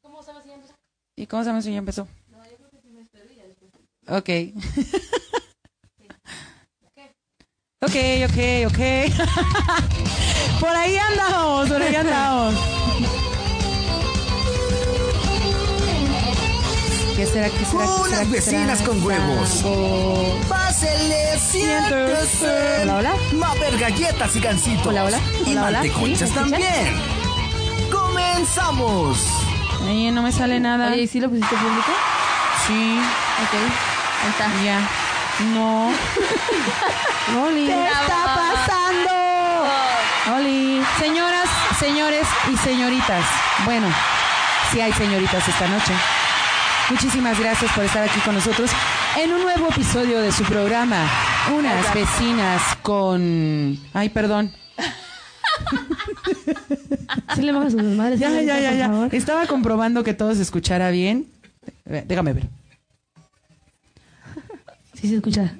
cómo sabemos si ya empezó? Ok. ok, ok, ok. por ahí andamos, por ahí andamos. ¿Qué será? ¿Qué será? ¿Qué será? Unas ¿Qué vecinas con huevos. huevos. Pásele, siéntese. Hola, hola. Va a haber galletas y gancitos. Hola, hola. Y Hola, hola. manteconchas ¿Sí? ¿Me escuchas? también. ¡Comenzamos! Ay, no me sale nada. Oye, ¿y si lo pusiste público? Sí, Ah. Ok. Ahí está. ya. No. Oli. ¿Qué está pasando? Oli. Señoras, señores y señoritas. Bueno, sí hay señoritas esta noche. Muchísimas gracias por estar aquí con nosotros en un nuevo episodio de su programa, Unas vecinas con... Ay, perdón. Sí le bajas a sus madres. Ya, señorita, ya, ya, por ya. favor. Estaba comprobando que todo se escuchara bien. Eh, Déjame ver. Sí, se escucha.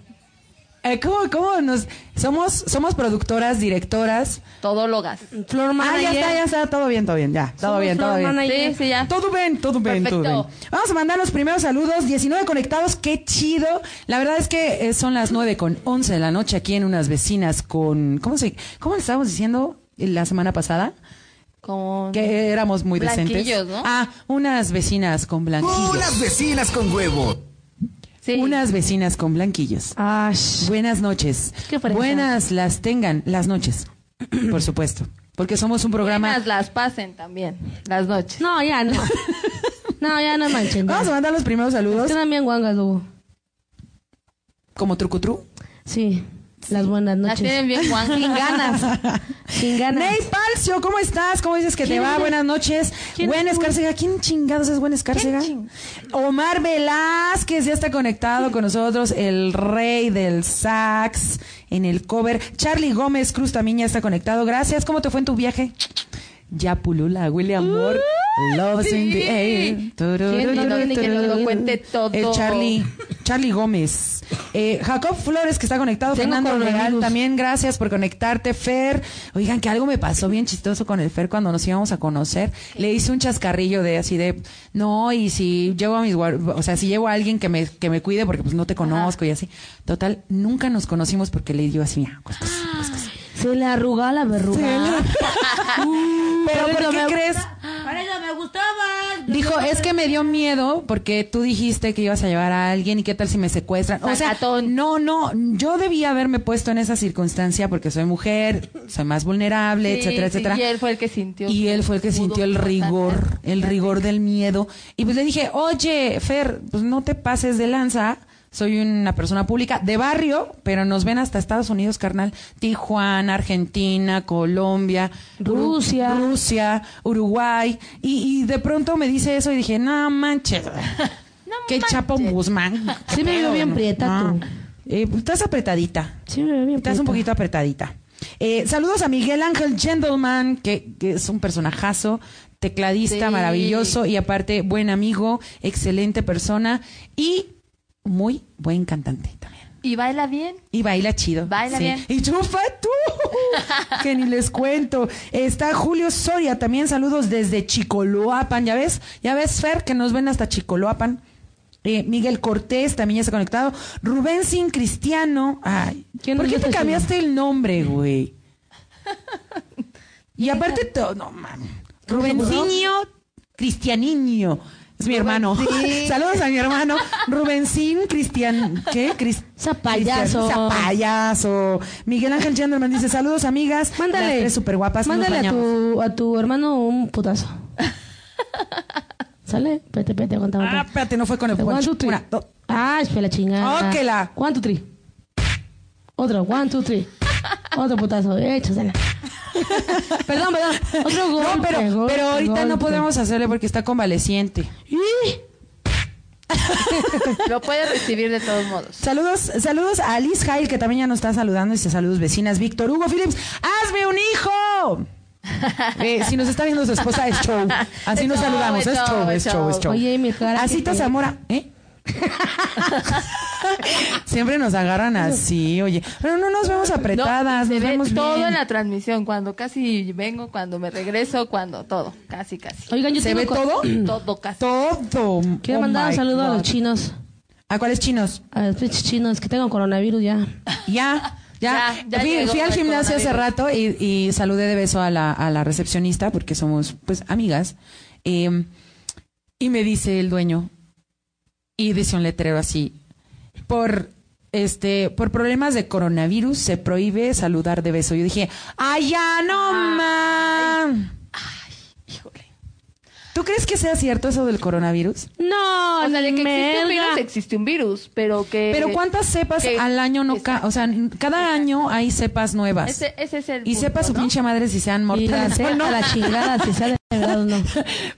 Eh, ¿Cómo, cómo nos somos somos productoras, directoras? Todólogas. Flor Ah, ya manager. está, ya está, todo bien, todo bien, ya, todo Somos bien, todo floor bien. manager. Sí, sí, ya. Todo bien, todo bien, todo bien. Perfecto. Vamos a mandar los primeros saludos, 19 conectados, qué chido. La verdad es que eh, son las 9 con 11 de la noche aquí en unas vecinas con ¿cómo se cómo le estábamos diciendo eh, la semana pasada? Con... Que éramos muy decentes. Blanquillos, ¿no? Ah, unas vecinas con blanquillos. Unas vecinas con huevo. Sí. Unas vecinas con blanquillos. Ash. Buenas noches. Qué fresa. Buenas las tengan las noches, por supuesto. Porque somos un programa. Buenas las pasen también, las noches. No, ya no. No, ya no manchen. ya. Vamos a mandar los primeros saludos Están bien guangas, luego. como trucutru. Sí. Las buenas Las noches. tienen bien Juan, sin ganas. Sin ganas. Ney Palcio, ¿cómo estás? ¿Cómo dices que te ¿Quién va? es? Buenas noches. ¿Quién Buen es? Escárcega. ¿Quién chingados es Buen Escárcega? Omar Velázquez ya está conectado con nosotros, el rey del sax en el cover. Charlie Gómez Cruz también ya está conectado. Gracias. ¿Cómo te fue en tu viaje? Ya pulula, William Moore. Love's in the air. Uh, ¿Quién no tiene que nos lo cuente todo? El Charlie, Charlie Gómez. Eh, Jacob Flores, que está conectado. Tengo Fernando Real, coronavirus. también gracias por conectarte, Fer. Oigan, que algo me pasó bien chistoso con el Fer cuando nos íbamos a conocer. Le hice un chascarrillo de así de, no, y si llevo a mis, guar- o sea, si llevo a alguien que me, que me cuide porque pues no te conozco y así. Total, nunca nos conocimos porque le dio así, ah, cos, cos, cos, cos. Se le arruga la verruga. Pero ¿por qué me crees? Para eso me gustaba. Dijo, es que me dio miedo porque tú dijiste que ibas a llevar a alguien y qué tal si me secuestran. O sea, Sacatón. no, no, yo debía haberme puesto en esa circunstancia porque soy mujer, soy más vulnerable, Sí, etcétera, sí, etcétera. Y él fue el que sintió. Y él fue el que pudo sintió el tratar. rigor, el rigor del miedo. Y pues le dije, oye, Fer, pues no te pases de lanza. Soy una persona pública de barrio, pero nos ven hasta Estados Unidos, carnal. Tijuana, Argentina, Colombia, Rusia. Ru- Rusia, Uruguay. Y, y de pronto me dice eso y dije, no manches. Qué chapa un Guzmán. qué Sí me veo pedo, bien ¿no? prieta, tú. Ah. Eh, pues, estás apretadita. Sí, me ve bien. Estás un prieta. poquito apretadita. Eh, saludos a Miguel Ángel Gentleman, que, que es un personajazo, tecladista Sí. maravilloso y aparte buen amigo, excelente persona y muy buen cantante también. Y baila bien. Y baila chido. Baila bien. Y chufa tú. que ni les cuento. Está Julio Soria, también saludos desde Chicoloapan. ¿Ya ves? ¿Ya ves, Fer? Que nos ven hasta Chicoloapan. Eh, Miguel Cortés también ya está conectado. Rubén Sin Cristiano. Ay, ¿Quién ¿por nos qué está te cambiaste el nombre, güey? y aparte, todo, no mames. Rubencinho Cristianiño. Es mi hermano. Saludos a mi hermano. Rubencín Cristian. ¿Qué? Cris- Zapayazo. Cristian- Zapayazo. Miguel Ángel Gentleman dice: Saludos, amigas. Las Mándale. tres súper guapas. Mándale a tu, a tu hermano un putazo. ¿Sale? Vete, vete, aguanta, Ah, aguanta. espérate, no fue con el One, punch. two, three. Una, dos. Ah, espera, la chingada. Óquela. One, two, three. Otro, one, two, three. Otro putazo. Échasela. perdón, perdón. Otro golpe. No, pero, golpe, pero ahorita no golpe. podemos hacerle porque está convaleciente. ¡Ih! Lo puedes recibir de todos modos. Saludos, saludos a Liz Jail, que también ya nos está saludando. Dice saludos, vecinas. Víctor Hugo Phillips, ¡hazme un hijo! Eh, si nos está viendo su esposa, es show. Así Es nos show, saludamos. es Es show, show, es es show, es show. show. Oye, y mi cara Así que te te- Zamora, ¿eh? Siempre nos agarran así, oye. Pero no nos vemos No, apretadas, se nos ve vemos todo bien. en la transmisión, cuando casi vengo, cuando me regreso, cuando todo, casi, casi. Oigan, yo ¿Se tengo ve co- todo? Todo casi. Todo. Quiero Oh mandar un my saludo a God. los chinos. ¿A cuáles chinos? A los pinches chinos que tengo coronavirus ya. Ya, ya. Ya, ya fui, llegó fui al el gimnasio hace rato y, y saludé de beso a la, a la recepcionista porque somos, pues, amigas. Eh, y me dice el dueño, y dice un letrero así, por... Este, por problemas de coronavirus se prohíbe saludar de beso. Yo dije, ay, ya no ma. Híjole. ¿Tú crees que sea cierto eso del coronavirus? No, O sea, de que existe un merda. virus, existe un virus, pero que... Pero cuántas cepas eh, que- al año no, ca- o sea, cada año hay cepas nuevas. Ese, ese es el y punto, sepa su ¿no? Oh, pinche madre si sean Y la mortales. sé o no. a la chingada, si sea de verdad o no.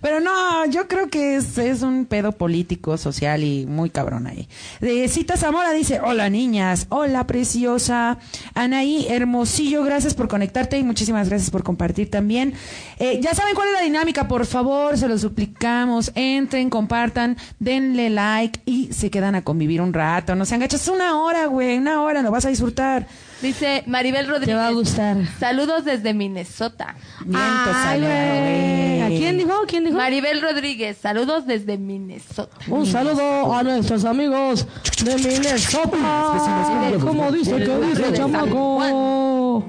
Pero no, yo creo que es, es un pedo político, social y muy cabrón ahí. Eh, Cita Zamora dice, hola niñas, hola preciosa. Anaí Hermosillo, gracias por conectarte y muchísimas gracias por compartir también. Eh, ya saben cuál es la dinámica, por favor, se lo suplicamos. Entren, compartan, denle like y se quedan a convivir un rato. No sean gachas, una hora, güey, una hora, lo vas a disfrutar. Dice Maribel Rodríguez. Te va a gustar. Saludos desde Minnesota. Vientos, Ay, güey. Ana, ¿A güey. quién dijo? ¿Quién dijo? Maribel Rodríguez, saludos desde Minnesota. Un saludo a nuestros amigos de Minnesota. Como dice que dice chamaco.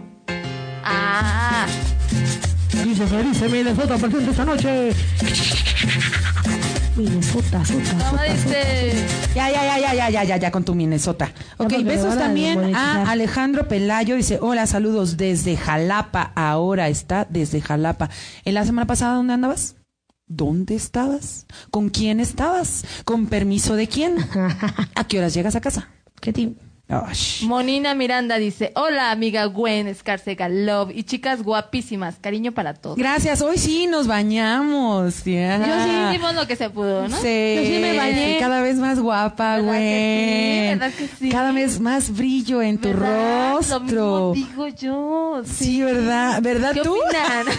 Ah, Dice que dice Minnesota presente esta noche. Minnesota, sota, ¿cómo sota, sota. dice? Ya, ya, ya, ya, ya, ya, ya, ya, con tu Minnesota. Ok, pues, porque me besos van a también desmonetizar. a Alejandro Pelayo. Dice, hola, saludos desde Jalapa. Ahora está desde Jalapa. ¿En la semana pasada dónde andabas? ¿Dónde estabas? ¿Con quién estabas? ¿Con permiso de quién? ¿A qué horas llegas a casa? ¿Qué team? Ash. Monina Miranda dice, hola amiga Gwen Escarcega, love y chicas guapísimas, cariño para todos. Gracias, hoy sí nos bañamos. ya. Yo sí hicimos lo que se pudo, ¿no? Sí, Yo sí me bañé. Cada vez más guapa, ¿Verdad güey. que sí? ¿Verdad que sí? Cada vez más brillo en tu ¿Verdad? rostro. Lo mismo digo yo. Sí, ¿verdad? ¿Verdad ¿Qué tú? opinan?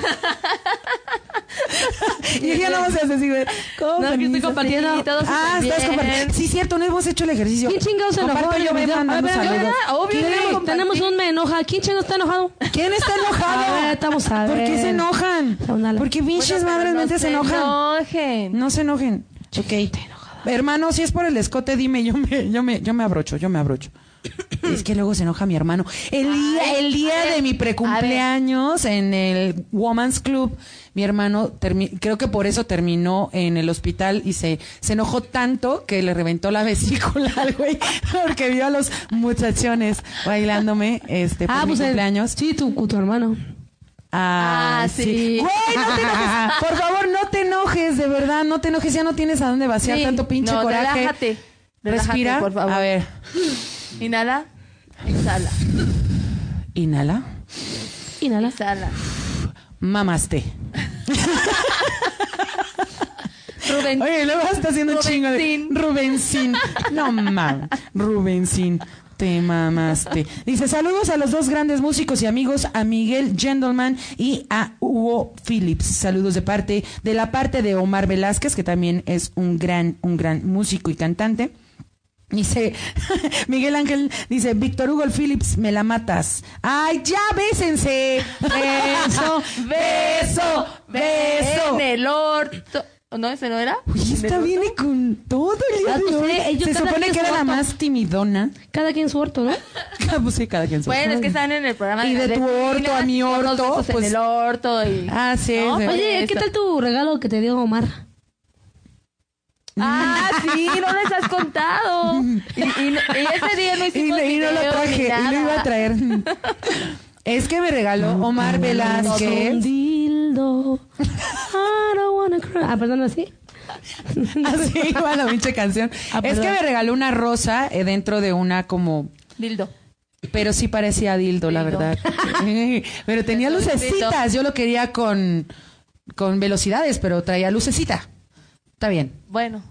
Y ya no vas a decir, güey, ¿cómo No, que estoy permiso? compartiendo. Sí, todos Ah, están estás bien. compartiendo. Sí, cierto, no hemos hecho el ejercicio. ¿Quién chingados se enojó? Comparto, Yo yo voy me- mandando a ver, yo saludos. era- obvio, ¿Quién, yo- Tenemos un me enoja. ¿Quién chingo está enojado? quién está enojado? A ver, estamos a ¿Por qué ver. se enojan? Saúnala. ¿Por qué pinches Bueno, madres pero no mentes se enojan? enojen. No se enojen. Ok. Hermano, si es por el escote, dime, yo me, yo me, yo me abrocho, yo me abrocho. Es que luego se enoja mi hermano. El día, el día de mi precumpleaños en el Woman's Club, mi hermano, termi- creo que por eso terminó en el hospital y se, se enojó tanto que le reventó la vesícula al güey, porque vio a los muchachones bailándome este, por Ah, mi pues el- cumpleaños. Sí, tu, tu hermano. Ah, Ah, sí. sí. Güey, no te enojes. Por favor, no te enojes, de verdad, no te enojes, ya no tienes a dónde vaciar Sí. tanto pinche No, coraje. Relájate. Relájate, Respira. por favor. A ver, Inhala, exhala, inhala. Inhala. exhala. Mamaste. Rubén, Oye, luego está haciendo un chingo de Rubencín. Rubencín. No mames, Rubencín. Te mamaste. Dice, saludos a los dos grandes músicos y amigos, a Miguel Gentleman y a Hugo Phillips. Saludos de parte, de la parte de Omar Velázquez, que también es un gran, un gran músico y cantante. Dice Miguel Ángel, dice Víctor Hugo Phillips, me la matas. Ay, ya bésense. Beso, beso, beso. en el orto. ¿No ese no era? Oye, Pues esta viene con todo el día Ah, de pues hoy. sí, ellos Se cada supone quien que era su la voto. más timidona. Cada quien su orto, ¿no? Pues sí, cada quien su Bueno, es que están en el programa Y de tu orto a mi y con los orto, besos pues- en el orto y Ah, sí, ¿No? sí. Oye, ¿qué Eso. tal tu regalo que te dio Omar? Ah, sí, no les has contado. Y, y no- y ese día no Y, no- hicimos y no lo video ni traje, y lo iba a nada. traer. es que me regaló Omar Un Velázquez. dildo. I don't wanna cry. Ah, perdón, así. Así iba la pinche canción. Ah, es que perdón. me regaló una rosa eh, dentro de una como Dildo. Pero sí parecía dildo, la Dildo. verdad. pero tenía Dildo. lucecitas. Yo lo quería con, con velocidades, pero traía lucecita. Está bien. Bueno,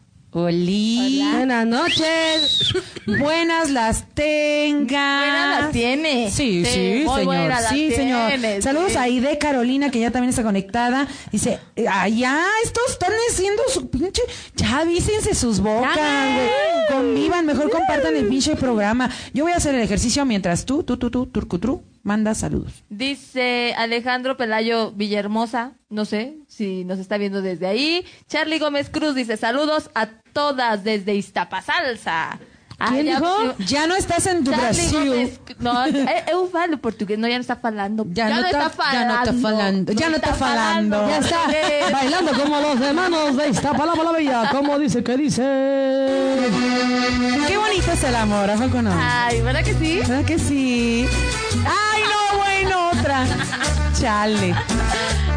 Oli. Buenas noches. Buenas las tengas. Buenas las tiene. Sí, Sí, sí, muy señor. buenas las Sí, señor. tiene, Saludos sí. a Ide Carolina, que ya también está conectada. Dice, allá, estos están haciendo su pinche. Ya avísense sus bocas, Ya. güey. Convivan, mejor compartan el pinche programa. Yo voy a hacer el ejercicio mientras tú, tú, tú, tú, turcutru, manda saludos. Dice Alejandro Pelayo Villahermosa, no sé si nos está viendo desde ahí. Charlie Gómez Cruz dice saludos a todas desde Iztapasalsa. ¿Quién Ah, ya- dijo? Ya no estás en tu Charlie Brasil. Gómez, no, eh, eu falo portugués, no, ya no está falando. Ya no está- ya no está falando, ya no está falando. Ya está portugués. bailando como los hermanos de Iztapalapa la Bella. ¿Cómo dice? ¿Qué dice? Qué bonito es el amor, ¿a poco no? Ay, ¿verdad que sí? ¿Verdad que sí? ¡Ay, no, bueno, otra! Chale.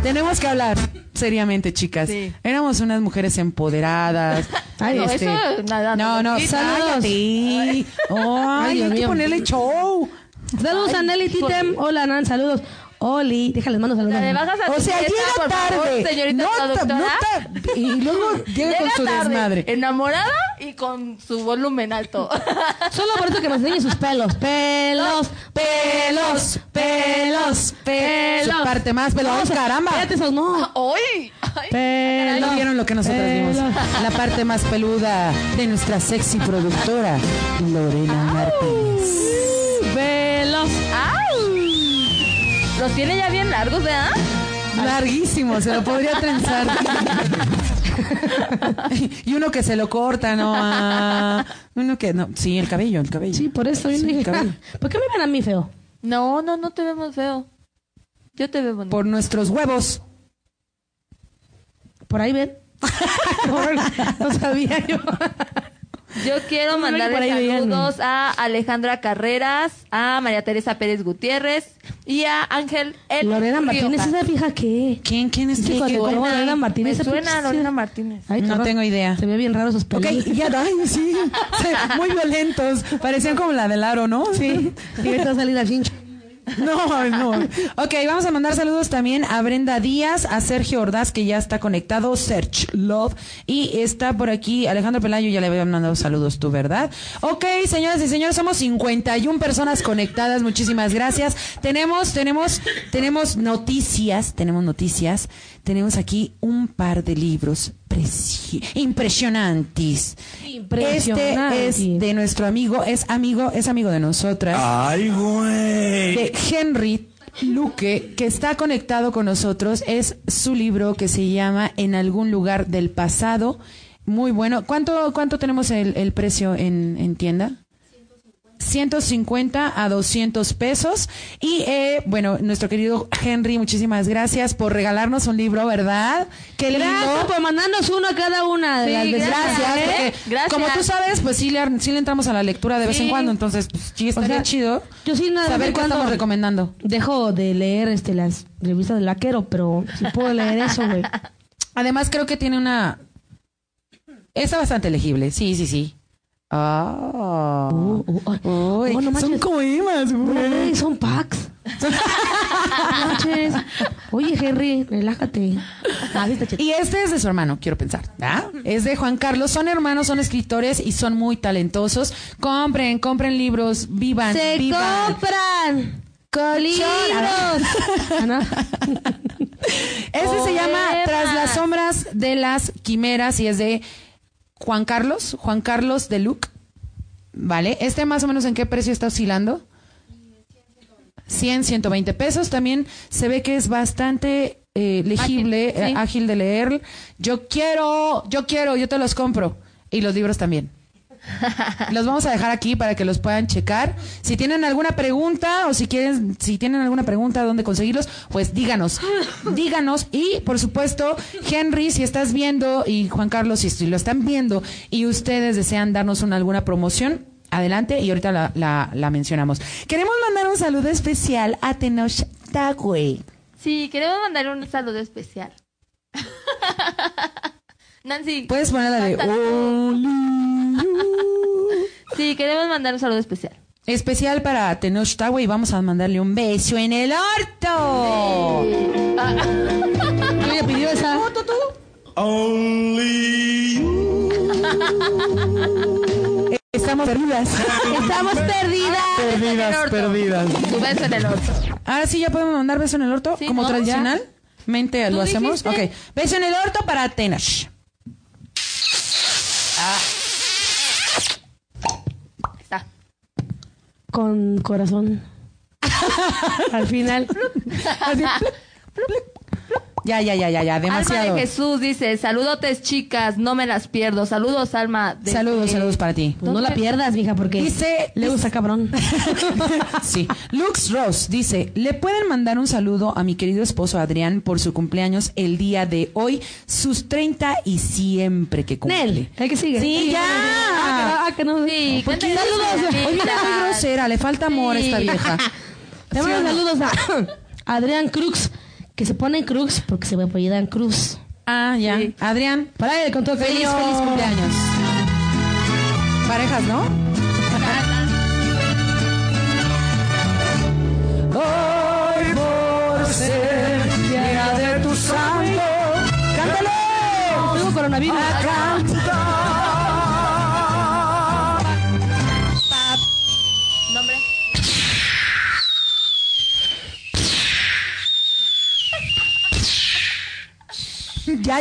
Tenemos que hablar seriamente, chicas. Sí. Éramos unas mujeres empoderadas. Ay, No, este- eso nada, no, no, sí, saludos. Ay, Dios hay que mío. ponerle show. Saludos a Nelly por- Titem. Hola, Nan, saludos. Oli, déjales mando saludos. La de bajas a O sea, tu fiesta, llega por favor, tarde. señorita no, ta- traductora. no ta- y luego llega, con su tarde, desmadre. Enamorada y con su volumen alto. Solo por eso que me enseñe sus pelos. Pelos, pelos, Pelos, pelos. Su parte más pelos, caramba. Fíjate esos, no. ¡Ay! ay. Ah, Pero no vieron lo que nosotros vimos. Pelo. La parte más peluda de nuestra sexy productora, Lorena Martínez. Pelos. ¡Ay! Los tiene ya bien largos, ¿verdad? Larguísimo, se lo podría trenzar. y uno que se lo corta, ¿no? Ah, Uno que no. Sí, el cabello, el cabello. Sí, por eso yo Sí, dije, cabello. "Ja, ¿por qué me ven a mí feo? No, no, no te vemos feo. Yo te veo bonito. Por nuestros huevos. Por ahí ven. no sabía yo. Yo Yo creo quiero que por ahí mandarle veían. saludos a Alejandra Carreras, a María Teresa Pérez Gutiérrez y a Ángel El Lorena Martínez, Rioja. esa vieja que. ¿Quién, quién es? Sí, ¿Qué- cuando- qué- cuando- Suena, Lorena ¿eh? Martínez, Me esa suena pinche- Lorena Martínez. Ay, No cabrón, tengo idea. Se ve bien raro esos Ok, pelos. ya, ay, sí, sí, muy violentos. Parecían como la del aro, ¿no? Sí. Y ahorita va a salir la chincha. No, no. Ok, vamos a mandar saludos también a Brenda Díaz, a Sergio Ordaz, que ya está conectado, Search Love. Y está por aquí Alejandro Pelayo, ya le había mandado saludos tú, ¿verdad? Ok, señoras y señores, somos 51 personas conectadas, muchísimas gracias. Tenemos, tenemos, tenemos noticias, tenemos noticias. Tenemos aquí un par de libros preci- impresionantes. Este Impresionantes. es de nuestro amigo, es amigo, es amigo de nosotras Ay, güey. de Henry Luque, que está conectado con nosotros, es su libro que se llama En algún lugar del pasado. Muy bueno. ¿Cuánto, cuánto tenemos el, el precio en, en tienda? 150 a 200 pesos. Y eh, bueno, nuestro querido Henry, muchísimas gracias por regalarnos un libro, ¿verdad? Qué lindo. Gracias por mandarnos uno a cada una de Sí, las veces. gracias. Gracias, ¿eh? porque Gracias. como tú sabes, pues sí le, ar- sí le entramos a la lectura de vez en Sí. cuando, entonces pues, sí estaría sea, chido yo sí nada más saber qué cuando- estamos recomendando. Dejo de leer este las revistas del vaquero, pero sí puedo leer eso, güey. Además, creo que tiene una. Está bastante legible. Sí, sí, sí. Ah. Oh, oh, oh. Uy, Oh, no son manches. coimas, Güey, son packs. No manches. Oye, Henry, relájate. Ah, sí está chido. Y este es de su hermano, quiero pensar. ¿ah? Es de Juan Carlos. Son hermanos, son escritores y son muy talentosos. Compren, compren libros, vivan, Se vivan. compran colinos. Ah, no. Este se llama Poemas. Tras las sombras de las quimeras y es de Juan Carlos, Juan Carlos de Luc. ¿Vale? Este más o menos en qué precio está oscilando? 100, 120 pesos. También se ve que es bastante eh, legible, Ágil, eh, sí. ágil de leer. Yo quiero, yo quiero, yo te los compro. Y los libros también. Los vamos a dejar aquí para que los puedan checar. Si tienen alguna pregunta o si quieren, si tienen alguna pregunta dónde conseguirlos, pues díganos, díganos. Y por supuesto, Henry, si estás viendo y Juan Carlos, si, si lo están viendo y ustedes desean darnos una, alguna promoción. Adelante y ahorita la, la- la mencionamos. Queremos mandar un saludo especial a Tenoch Tagüe. Sí, queremos mandarle un saludo especial. Nancy, Pues- Puedes poner la de Only You? sí, queremos mandar un saludo especial. Especial para Tenochtitlan y vamos a mandarle un beso en el orto. ¿Quién le pidió esa? Only you. Estamos perdidas. Estamos perdidas. Perdidas, En el orto. perdidas. Tu beso en el orto. Ahora sí ya podemos mandar beso en el orto Sí, como ¿no? tradicionalmente ¿Tú lo hacemos. dijiste? Ok. Beso en el orto para Tenoch. Está. Con corazón. Al final. Ya, ya, ya, ya, ya, demasiado. Alma de Jesús dice, saludotes chicas, no me las pierdo. Saludos, Alma. desde- Saludos, saludos para ti. No Pues no la sé. pierdas, mija, porque Dice- le gusta cabrón. Sí. Lux Rose dice, ¿le pueden mandar un saludo a mi querido esposo Adrián por su cumpleaños el día de hoy? Sus 30 y siempre que cumple. Nel, el que sigue. Sí, ya. Ah, que no. Sí, ¿Por qué? cuéntale Saludos. a Oye, mira, Mira. qué grosera, le falta amor Sí. a esta vieja. Te mando saludos a Adrián Cruz, que se pone Cruz porque se me apellidan Cruz. Ah, ya. Sí. Adrián, para él con todo feliz, cariño. feliz cumpleaños. Parejas, ¿no? Hoy por ser llena de tu santo, Ah, ¡Cántalo! Tengo coronavirus. cantar. Nombre. Ya,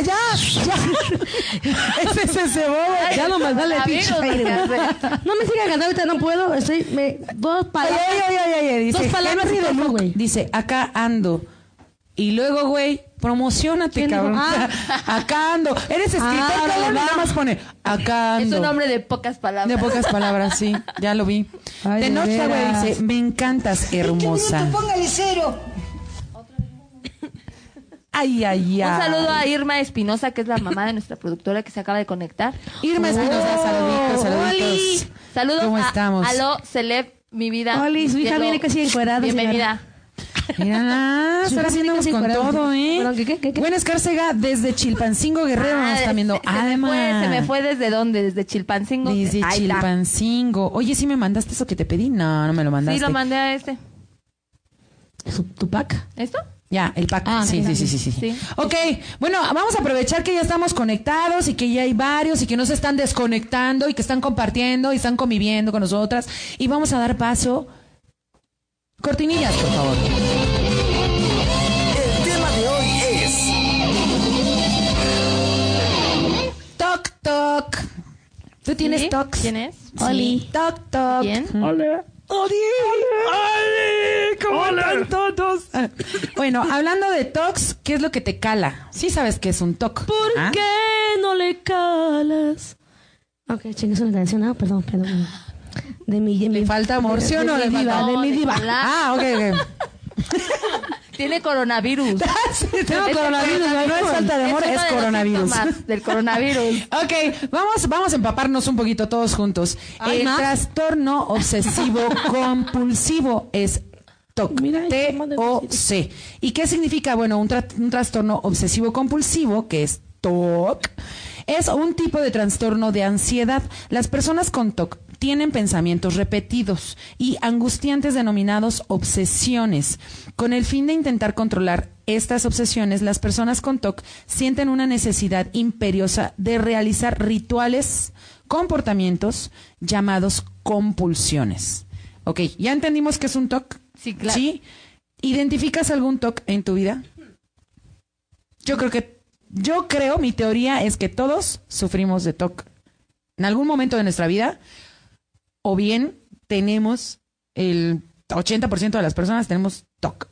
ya, ya. ese se cebó. Ya no más dale A ver, pinche o sea, aire. No me sigan cantando ahorita, no puedo. Estoy me, dos Ay, palabras. ay, ay, ay, ay, dice, Dos palabras Henry y de corto, Luke güey. Dice, acá ando. Y luego, güey, promocionate, ¿Quién dijo? cabrón. Ah. acá ando. Eres escritor, Ah, cabrón, órale, y nada va. más pone, acá Es ando. un hombre de pocas palabras. De pocas palabras, sí, ya lo vi. Ay, de de noche, güey, veras. dice, me encantas, hermosa. Póngale cero. Ay, ay, ay. Un saludo a Irma Espinosa, que es la mamá de nuestra productora que se acaba de conectar. Irma Espinosa, saluditos, Oh, saluditos. Saludos ¿Cómo a estamos? Aló Celeb, mi vida. Oli, su Te hija quiero. viene casi encuerada, Bienvenida. Mira, Su ahora sí familia andamos casi con encuerada. todo, ¿eh? Perdón, ¿qué, qué, qué, qué? Buena Escárcega desde Chilpancingo Guerrero Ah, nos está viendo. se- se, me fue, Alma. se me fue desde dónde, desde Chilpancingo. Desde Ahí está. Chilpancingo. Oye, ¿sí me mandaste eso que te pedí? No, no me lo mandaste. Sí, lo mandé a este. Su- Tupac. ¿Esto? Ya, el pack. Ah, sí, sí, claro. sí, sí, sí. Sí. Ok, bueno, vamos a aprovechar que ya estamos conectados y que ya hay varios y que no se están desconectando y que están compartiendo y están conviviendo con nosotras. Y vamos a dar paso. Cortinillas, por favor. El tema de hoy es Toc, toc. ¿Tú tienes ¿Sí? tocs? ¿Quién es? Sí. Toc, toc. ¿Quién? ¡Oli! ¡Oli! ¿Cómo están todos? Ah, Bueno, hablando de tocs, ¿qué es lo que te cala? Sí sabes que es un toc. ¿Por ¿ah? qué no le calas? Ok, chingue, es una canción. Ah, perdón, perdón. De mi, de ¿Le mi- falta amor, de- sí o no De le mi falta diva, de amor? mi diva. Ah, ok, ok. Tiene coronavirus. Sí, Tengo Este coronavirus, no no es falta de amor, uno es de los coronavirus. síntomas del coronavirus. Ok, vamos, vamos a empaparnos un poquito todos juntos. ¿Hay El más? trastorno obsesivo compulsivo es TOC. Mira, T cómo de O C. ¿Y qué significa? Bueno, un, tra- un trastorno obsesivo compulsivo, que es TOC, es un tipo de trastorno de ansiedad. Las personas con TOC tienen pensamientos repetidos y angustiantes denominados obsesiones. Con el fin de intentar controlar estas obsesiones, las personas con TOC sienten una necesidad imperiosa de realizar rituales, comportamientos llamados compulsiones. Ok, ya entendimos que es un TOC. Sí, claro. ¿Sí? ¿Identificas algún TOC en tu vida? Yo creo que, yo creo, mi teoría es que todos sufrimos de TOC en algún momento de nuestra vida, o bien tenemos el 80% de las personas tenemos TOC.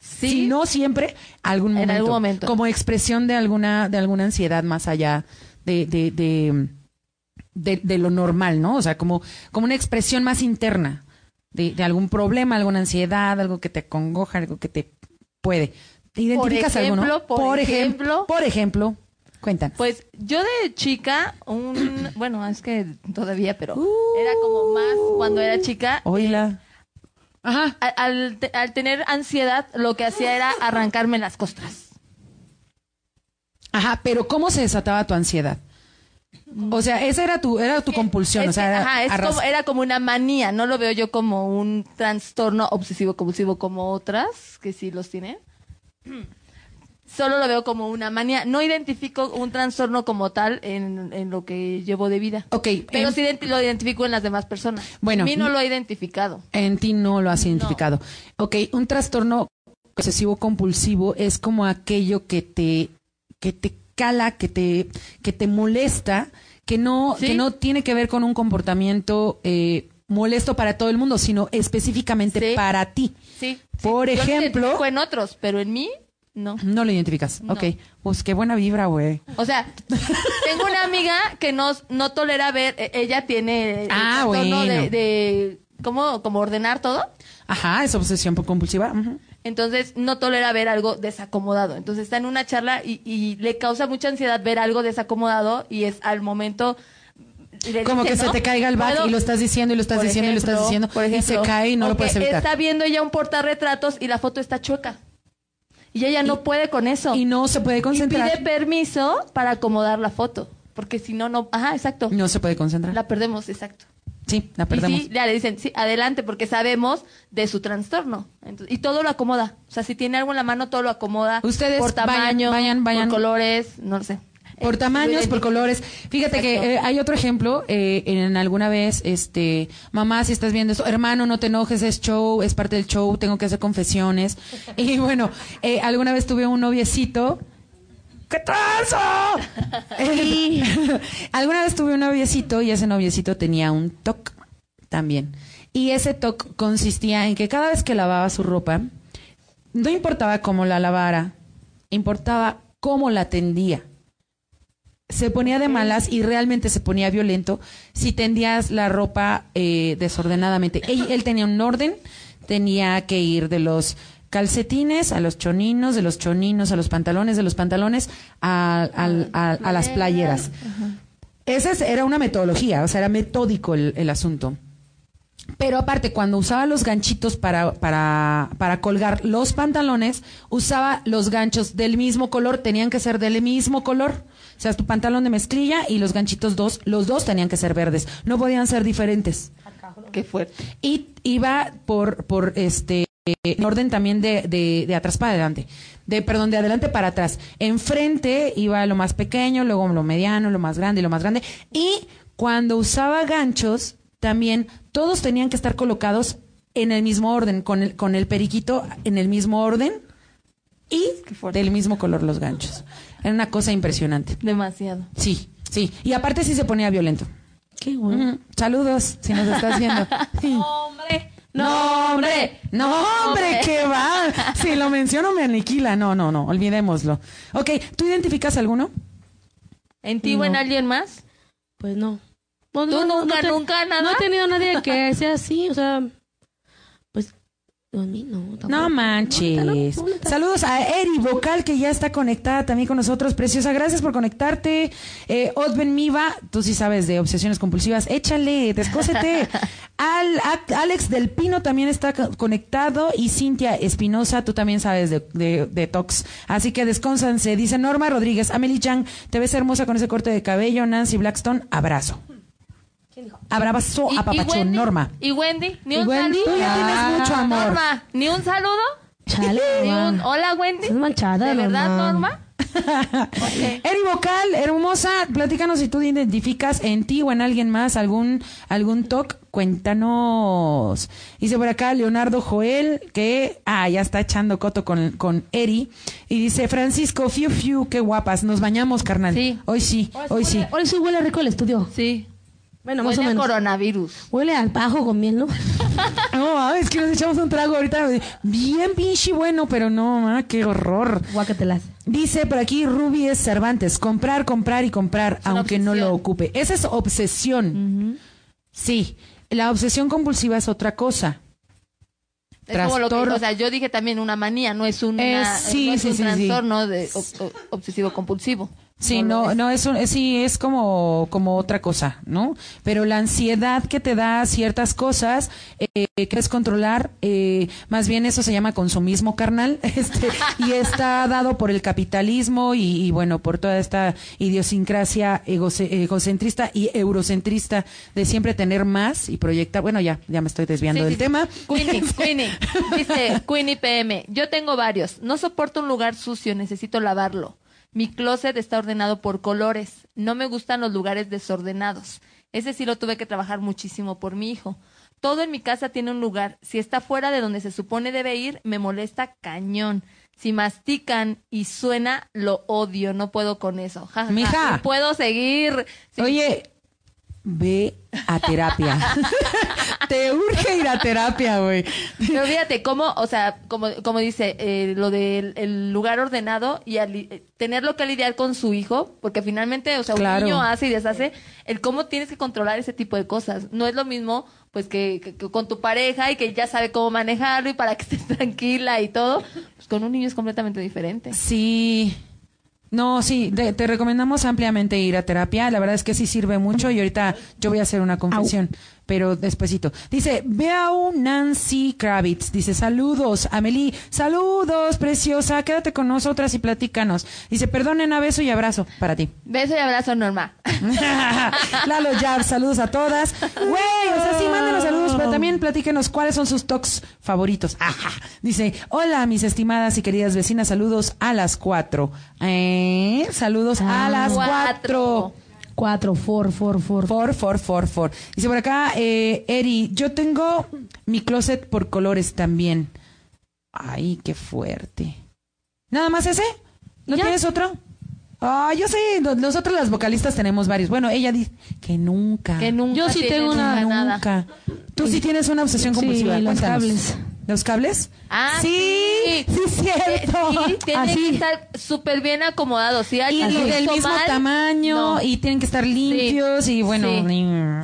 Sí. Si no siempre, algún En momento. algún momento. Como expresión de alguna, de alguna ansiedad más allá de, de, de, de- de lo normal, ¿no? O sea, como, como una expresión más interna de, de algún problema, alguna ansiedad, algo que te congoja, algo que te puede. ¿Te identificas ejemplo, alguno? por ejem- ejemplo. Por ejemplo, cuentan. Pues yo de chica, un. Bueno, es que todavía, pero. Era como más Uh. cuando era chica. Oila. eh, Ajá. a- Al, te- al tener ansiedad, lo que hacía era arrancarme las costras. Ajá, pero ¿cómo se desataba tu ansiedad? O sea, esa era tu, era tu compulsión. Es o sea, que, era ajá, es arras- como- era como una manía, no lo veo yo como un trastorno obsesivo compulsivo como otras que sí los tienen. Solo lo veo como una manía. No identifico un trastorno como tal en, en lo que llevo de vida. Ok, Pero em- sí identi- lo identifico en las demás personas. Bueno, a mí no lo he identificado. En ti no lo has identificado. Ok, un trastorno obsesivo compulsivo es como aquello que te, que te cala, que te, que te molesta, que no, Sí. que no tiene que ver con un comportamiento eh, molesto para todo el mundo, sino específicamente Sí. para ti. Sí. sí. Por Yo lo ejemplo- identifico en otros, pero en mí, no. No lo identificas. No. Ok, pues qué buena vibra, güey. O sea, tengo una amiga que no, no tolera ver, e- ella tiene el Ah, trastorno bueno. de, de- ¿cómo, como ordenar todo. Ajá, es obsesión por compulsiva. ujú. Entonces no tolera ver algo desacomodado. Entonces está en una charla y, y le causa mucha ansiedad ver algo desacomodado y es al momento... le Como dice, que se "No, te caiga el back puedo". y lo estás diciendo y lo estás Por diciendo y lo ejemplo, estás diciendo por y se ejemplo, cae y no o lo puedes que evitar. Está viendo ya un portarretratos y la foto está chueca. Y ella no puede con eso. Y no se puede Y concentrar. pide permiso para acomodar la foto. Porque si no, no. Ajá, exacto. No se puede concentrar. La perdemos, exacto. Sí, la perdemos. Y sí, ya le dicen, sí, adelante, porque sabemos de su trastorno. Entonces, y todo lo acomoda. O sea, si tiene algo en la mano, todo lo acomoda. Ustedes por vayan, tamaño, vayan, vayan. por colores, no lo sé. Por Eh, tamaños, por colores. Fíjate que Exacto. eh, hay otro ejemplo, eh, en alguna vez, este, mamá, si estás viendo esto, hermano, no te enojes, es show, es parte del show, tengo que hacer confesiones. Y bueno, eh, alguna vez tuve un noviecito. ¡Qué trazo! Eh, alguna vez tuve un noviecito y ese noviecito tenía un toc también. Y ese toc consistía en que cada vez que lavaba su ropa, no importaba cómo la lavara, importaba cómo la tendía se ponía de malas y realmente se ponía violento si tendías la ropa eh, desordenadamente. Él, él tenía un orden, tenía que ir de los calcetines a los choninos, de los choninos a los pantalones, de los pantalones a, al- a- a las playeras. Esa es- era una metodología, o sea, era metódico el- el asunto. Pero aparte, cuando usaba los ganchitos para, para, para colgar los pantalones, usaba los ganchos del mismo color, tenían que ser del mismo color. O sea, tu pantalón de mezclilla y los ganchitos dos, los dos tenían que ser verdes, no podían ser diferentes. Qué fuerte. Y iba por, por este eh, en orden también de, de, de atrás para adelante, de perdón, de adelante para atrás. Enfrente iba lo más pequeño, luego lo mediano, lo más grande y lo más grande. Y cuando usaba ganchos, también todos tenían que estar colocados en el mismo orden, con el, con el periquito en el mismo orden y del mismo color los ganchos. Era una cosa impresionante. Demasiado. Sí, sí. Y aparte sí se ponía violento. Qué Ujú. Saludos, si nos estás viendo. Hombre. No, hombre. No, hombre, qué va. Si lo menciono me aniquila. No, no, no, olvidémoslo. Ok, ¿tú identificas alguno? ¿En ti o en No. alguien más? Pues no. No, ¿Tú nunca, nunca, nada? No he tenido nadie que sea así, o sea. Pues. No, a mí no. No tampoco. No, no, manches. no, no. Saludos a Eri Vocal, que ya está conectada también con nosotros. Preciosa, gracias por conectarte. Eh, Otben Miva, tú sí sabes de obsesiones compulsivas. Échale, descósete. Al, a- Alex del Pino también está co- conectado. Y Cintia Espinosa, tú también sabes de, de, de Tox. Así que descónsanse. Dice Norma Rodríguez, Amelie Chang, te ves hermosa con ese corte de cabello. Nancy Blackstone, abrazo. Abrazo ¿Y- a y Papacho, Wendy? Oh, Norma. ¿Y Wendy? ¿Ni ¿Y un Wendy? saludo? Tú ya tienes Ah, mucho amor. Norma, ¿ni un saludo? Chale, ¿Ni un Norma. hola, Wendy? Estás manchada, ¿De verdad, Norma. Norma? Ok. Eri Vocal, hermosa, platícanos si tú te identificas en ti o en alguien más algún algún toc, cuéntanos. Dice por acá Leonardo Joel que ah ya está echando coto con, con Eri y dice Francisco, fiu fiu, qué guapas, nos bañamos, carnal. Sí. Hoy sí, hoy sí. Hoy sí huele rico el estudio. Sí. Bueno, más Huele o a menos. coronavirus. Huele al bajo con miel, ¿no? No, ah, es que nos echamos un trago ahorita bien pinche bueno, pero no, ah, qué horror. Guácatelas. Dice por aquí Ruby es Cervantes, comprar, comprar y comprar, una aunque no lo obsesión. ocupe. Esa es obsesión. Sí, la obsesión compulsiva es otra cosa. Es como lo que, Trastorno. o sea, yo dije también una manía, no es, una, Eh, sí, no es sí, sí, un sí. trastorno de ob- ob- obsesivo compulsivo. Sí, no, no, es, un- es- sí, es como, como otra cosa, ¿no? Pero la ansiedad que te da ciertas cosas, eh, que quieres controlar, eh, más bien eso se llama consumismo carnal, este, y está dado por el capitalismo y, y, bueno, por toda esta idiosincrasia egoce- egocentrista y eurocentrista de siempre tener más y proyectar, bueno, ya, ya me estoy desviando Sí, del sí, sí. tema. Queenie, Queenie. Dice Queenie PM. Yo tengo varios. No soporto un lugar sucio, necesito lavarlo. Mi closet está ordenado por colores. No me gustan los lugares desordenados. Ese sí lo tuve que trabajar muchísimo por mi hijo. Todo en mi casa tiene un lugar. Si está fuera de donde se supone debe ir, me molesta cañón. Si mastican y suena, lo odio. No puedo con eso. Ja, ja, ja. Mija. No puedo seguir. Sí. Oye, ve a terapia. Te urge ir a terapia, güey. Pero fíjate cómo, o sea, como, como dice, eh, lo del el lugar ordenado y al li- eh, tenerlo que lidiar con su hijo, porque finalmente, o sea, Claro. un niño hace y deshace, el cómo tienes que controlar ese tipo de cosas. No es lo mismo, pues, que, que- que con tu pareja y que ya sabe cómo manejarlo y para que estés tranquila y todo. Pues con un niño es completamente diferente. Sí. No, sí, de- te recomendamos ampliamente ir a terapia. La verdad es que sí sirve mucho y ahorita yo voy a hacer una confesión, pero despuesito. Dice, veo Nancy Kravitz. Dice, saludos, Amelie. Saludos, preciosa. Quédate con nosotras y platícanos. Dice, perdonen, a beso y abrazo para ti. Beso y abrazo, Norma. Lalo Jab, saludos a todas. Güey, o sea, sí, mándenos saludos, pero también platíquenos cuáles son sus tocs favoritos. Ajá. Dice, hola, mis estimadas y queridas vecinas, saludos a las cuatro. ¿Eh? Saludos a Ah. las cuatro. Cuatro. Cuatro, for, for, for. For, for, for, for. Dice por acá, eh, Eri, yo tengo mi closet por colores también. Ay, qué fuerte. ¿Nada más ese? ¿No Ya. tienes otro? Ah, yo sé, no- nosotros las vocalistas tenemos varios. Bueno, ella dice que nunca. Que nunca Yo sí tienes tengo una- nunca nada. Nunca. Tú sí tienes una obsesión Sí, compulsiva. los cuéntanos. cables. ¿Los cables? Ah, sí, sí, es cierto. Sí, tienen Así. que estar súper bien acomodados. Si y alguien lo del hizo mismo mal, tamaño no. y tienen que estar limpios y bueno.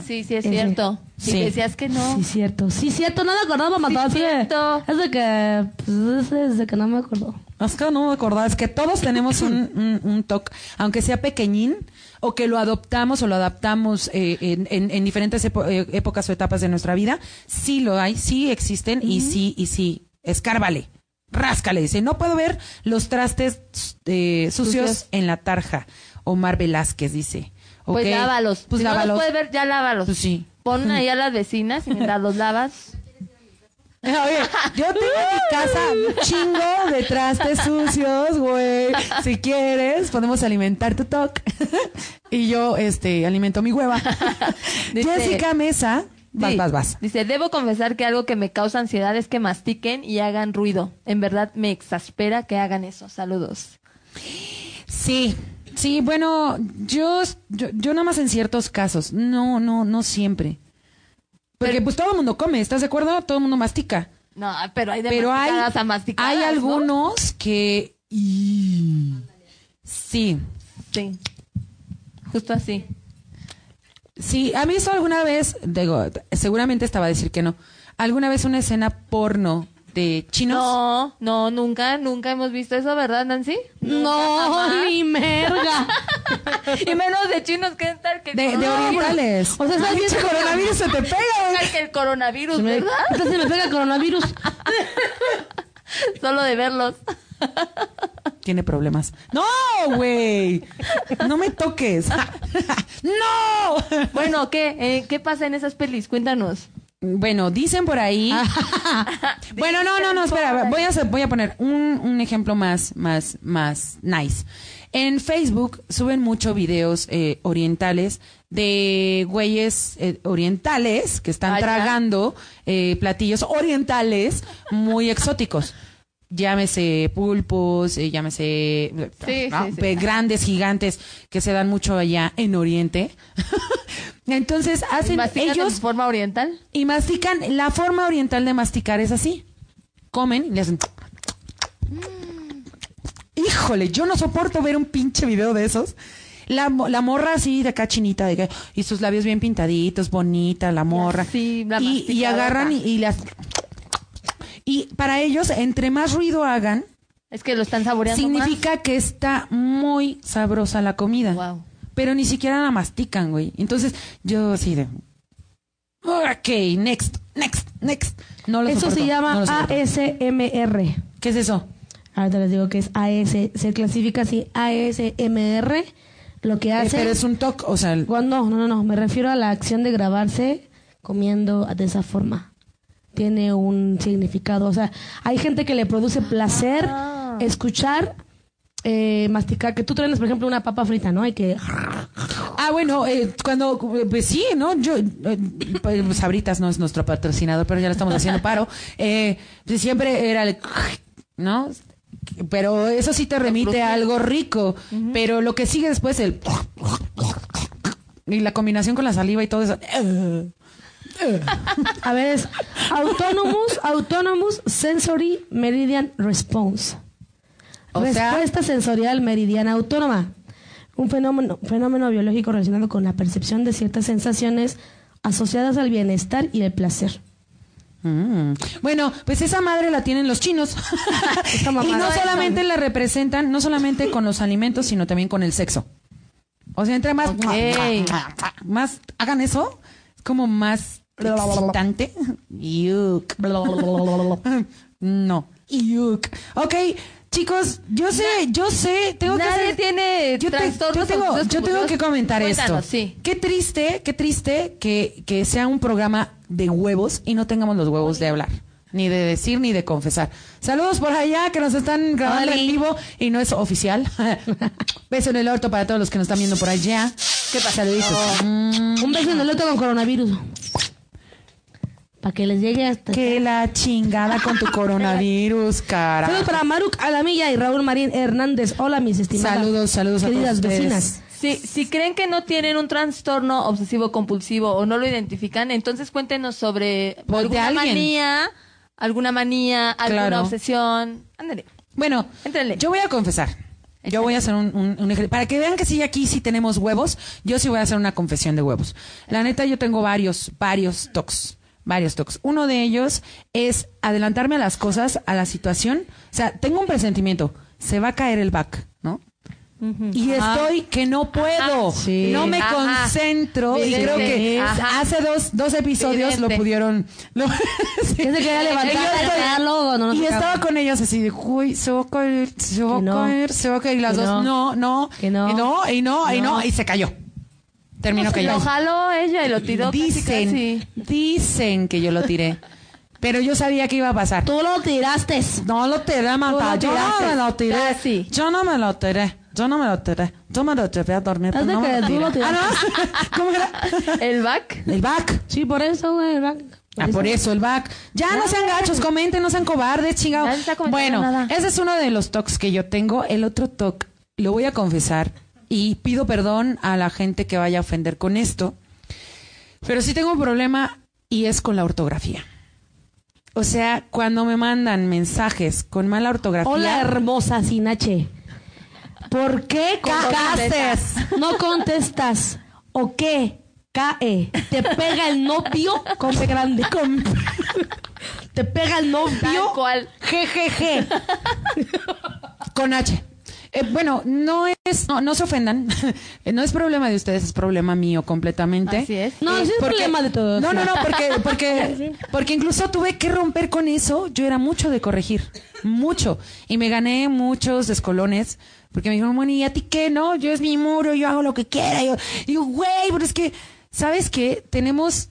Sí, sí, sí, es Ese. cierto. Si Sí. decías que no. Sí, cierto. Sí, cierto. No me acordaba, mamá. Sí, es que- cierto. Es de que... Pues, es desde que no me acordó. Es que no me acordaba, es que todos tenemos un, un, un TOC, aunque sea pequeñín, o que lo adoptamos o lo adaptamos eh, en, en- en diferentes epo- eh, épocas o etapas de nuestra vida, sí lo hay, sí existen y sí, y sí, escárvale, ráscale, dice, no puedo ver los trastes eh, sucios, Sucios. en la tarja. Omar Velázquez dice. Pues ok, lávalos. Pues si no lávalos. los puedes ver, ya lávalos. Pues sí. Pon ahí a las vecinas y mientras los lavas. Oye, yo tengo en mi casa un chingo de trastes sucios, güey. Si quieres, podemos alimentar tu toc. y yo, este, alimento mi hueva. Dice- Jessica Mesa. Vas, Sí. vas, vas. Dice, debo confesar que algo que me causa ansiedad es que mastiquen y hagan ruido. En verdad me exaspera que hagan eso. Saludos. Sí. Sí, bueno, yo, yo, yo nada más en ciertos casos. No, no, no siempre. Porque pues todo el mundo come, ¿estás de acuerdo? Todo el mundo mastica. No, pero hay de pero hay, masticadas a masticadas, hay ¿no? algunos que... y- Sí. Sí. Justo así. Sí, a mí eso alguna vez, digo, seguramente estaba a decir que no. Alguna vez una escena porno de chinos. No, no, nunca, nunca hemos visto eso, ¿verdad, Nancy? No, jamás. ni merga. Y menos de chinos que estar que De, de No, orientales. O sea, estás Pinche viendo- coronavirus se te pega, güey. que el coronavirus, Se me, ¿verdad? Ahorita se me pega el coronavirus. Solo de verlos. Tiene problemas. ¡No, güey! ¡No me toques! ¡No! Bueno, ¿qué? Eh, ¿Qué pasa en esas pelis? Cuéntanos. Bueno, dicen por ahí. bueno, no, no, no, espera. Voy a, hacer- voy a poner un, un ejemplo más, más, más nice. En Facebook suben mucho videos eh, orientales de güeyes eh, orientales que están Ah, ya. tragando eh, platillos orientales muy exóticos. Llámese pulpos, eh, llámese Sí, ¿no? sí, sí. Pe- grandes, gigantes que se dan mucho allá en Oriente. Entonces hacen ¿Mastican ellos de forma oriental? y mastican, la forma oriental de masticar es así. Comen y le hacen... Híjole, yo no soporto ver un pinche video de esos. La, mo- la morra así de acá chinita, de que- y sus labios bien pintaditos, bonita, la morra. así, la y, y masticadota. agarran y, y las... Y para ellos, entre más ruido hagan, Es que lo están saboreando Significa que está muy sabrosa la comida. más. Wow. Pero ni siquiera la mastican, güey. Entonces, yo así de. Ok, next, next, next. No lo Eso soporto, se no llama E. lo soporto. ASMR. ¿Qué es eso? Ahorita les digo que es AS. Se clasifica así ASMR. Lo que Eh, hace. pero es un toque, o sea, el- Cuando, no, no, no, me refiero a la acción de grabarse comiendo de esa forma. Tiene un significado. O sea, hay gente que le produce placer Ah. escuchar, eh, masticar. Que tú traes, por ejemplo, una papa frita, ¿no? Y que. Ah, bueno, eh, cuando, pues sí, ¿no? Yo, eh, pues, Sabritas no es nuestro patrocinador, pero ya lo estamos haciendo paro. Eh, pues, siempre era el, ¿no? Pero eso sí te remite a algo rico, pero lo que sigue después el y la combinación con la saliva y todo eso. eh, A ver, es Autonomous, Autonomous Sensory Meridian Response. O sea- Respuesta sensorial meridiana autónoma. Un fenómeno, fenómeno biológico relacionado con la percepción de ciertas sensaciones asociadas al bienestar y el placer. Mm. Bueno, pues esa madre la tienen los chinos. Esta mamada. y no Todo eso. solamente la representan, no solamente con los alimentos, sino también con el sexo. O sea, entre más, Ok. más hagan eso, es como más excitante. Yuck. no. Yuck. Ok, chicos, yo sé, yo sé, tengo que Nadie hacer- tiene yo, te- trastornos yo tengo, obsesivos yo tengo que compulsivos. comentar esto. Cuéntanos, sí. Qué triste, qué triste que, que sea un programa de huevos y no tengamos los huevos de hablar, ni de decir, ni de confesar. Saludos por allá que nos están grabando en vivo y no es oficial. Beso en el orto para todos los que nos están viendo por allá. ¿Qué pasa, Mm, Saluditos. Un beso en el otro con coronavirus. Para que les llegue hasta. Que la chingada con tu coronavirus, cara. Saludos para Maruk Alamilla y Raúl Marín Hernández. Hola, mis estimadas. Saludos, saludos a Queridas todos ustedes. vecinas. Sí, si creen que no tienen un trastorno obsesivo compulsivo o no lo identifican, entonces cuéntenos sobre Pues, de alguna alguien. manía, alguna manía, alguna Claro. obsesión. Ándale. Bueno, Éntrale. yo voy a confesar. Yo voy a hacer un, un- un ejer- Para que vean que sí, aquí sí tenemos huevos, yo sí voy a hacer una confesión de huevos. La neta, yo tengo varios, varios tocs. Varios tocs. Uno de ellos es adelantarme a las cosas, a la situación. O sea, tengo un presentimiento. Se va a caer el back, ¿no? Y estoy que no puedo, Sí. no me Ajá. concentro y Evidente. creo que Ajá. hace dos, dos episodios Evidente. lo pudieron. lo- sí. Que se quería levantar, Y yo estoy- levantar luego, no, no y se acaba. estaba con ellas así de, uy, se va a caer, se va Que a no. caer, se va a caer. Y las Que dos, no, no. no, Que no. y no, y no, y no, No. y se cayó. Terminó Pues, cayendo. Lo jaló ella y lo tiró. casi, Dicen, casi. dicen que yo lo tiré. Pero yo sabía que iba a pasar. Tú lo tiraste. No lo tiré, Marta. lo Yo no tiraste. me lo tiré. Casi. Yo no me lo tiré. Yo no me lo tiré. Yo me lo llevé a dormir. Haz de no me que tú Eh. lo tiré. Ah, ¿no? ¿Cómo era? El back. El back. Sí, por eso, güey. el back. Ah, por Pues eso el back. Ya no sean gachos, comenten, no sean cobardes, chingado. Nadie Ah. está comentando Bueno, nada. ese es uno de los tocs que yo tengo. El otro toc, lo voy a confesar y pido perdón a la gente que vaya a ofender con esto. Pero sí tengo un problema y es con la ortografía. O sea, cuando me mandan mensajes con mala ortografía. Hola, hermosa Sinache. ¿Por qué Cacaces. cacaces? No contestas. ¿O qué? Cae. Te pega el novio. Con P grande. Te pega el Tal novio. cual. GGG. Con H. Eh, bueno, no es, no, no se ofendan. no es problema de ustedes, es problema mío completamente. Así es. No, Eh, ese es porque- problema de todos. No, no, no, porque, porque, porque incluso tuve que romper con eso. Yo era mucho de corregir, mucho. Y me gané muchos descolones. Porque me dijeron, bueno, ¿y a ti qué? No, yo es mi muro, yo hago lo que quiera. Yo digo, güey, pero es que, ¿sabes qué? Tenemos...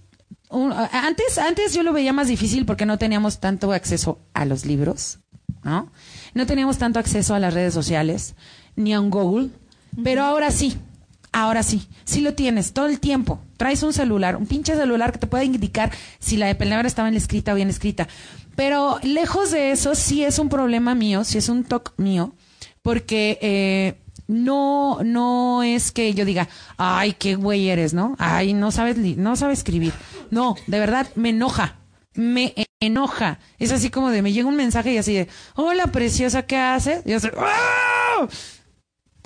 un- a- antes, antes yo lo veía más difícil porque no teníamos tanto acceso a los libros, ¿no? No teníamos tanto acceso a las redes sociales, ni a un Google. Pero ahora sí, Ahora sí, sí lo tienes todo el tiempo. Traes un celular, un pinche celular que te puede indicar si la palabra estaba en la escrita o bien escrita. Pero lejos de eso, sí es un problema mío, sí es un toque mío, porque eh, no, no es que yo diga, ay, qué güey eres, ¿no? Ay, no sabes, li- no sabes escribir. No, de verdad, me enoja me enoja. Es así como de, me llega un mensaje y así de, hola preciosa, ¿qué haces? Y yo así, ¡ah!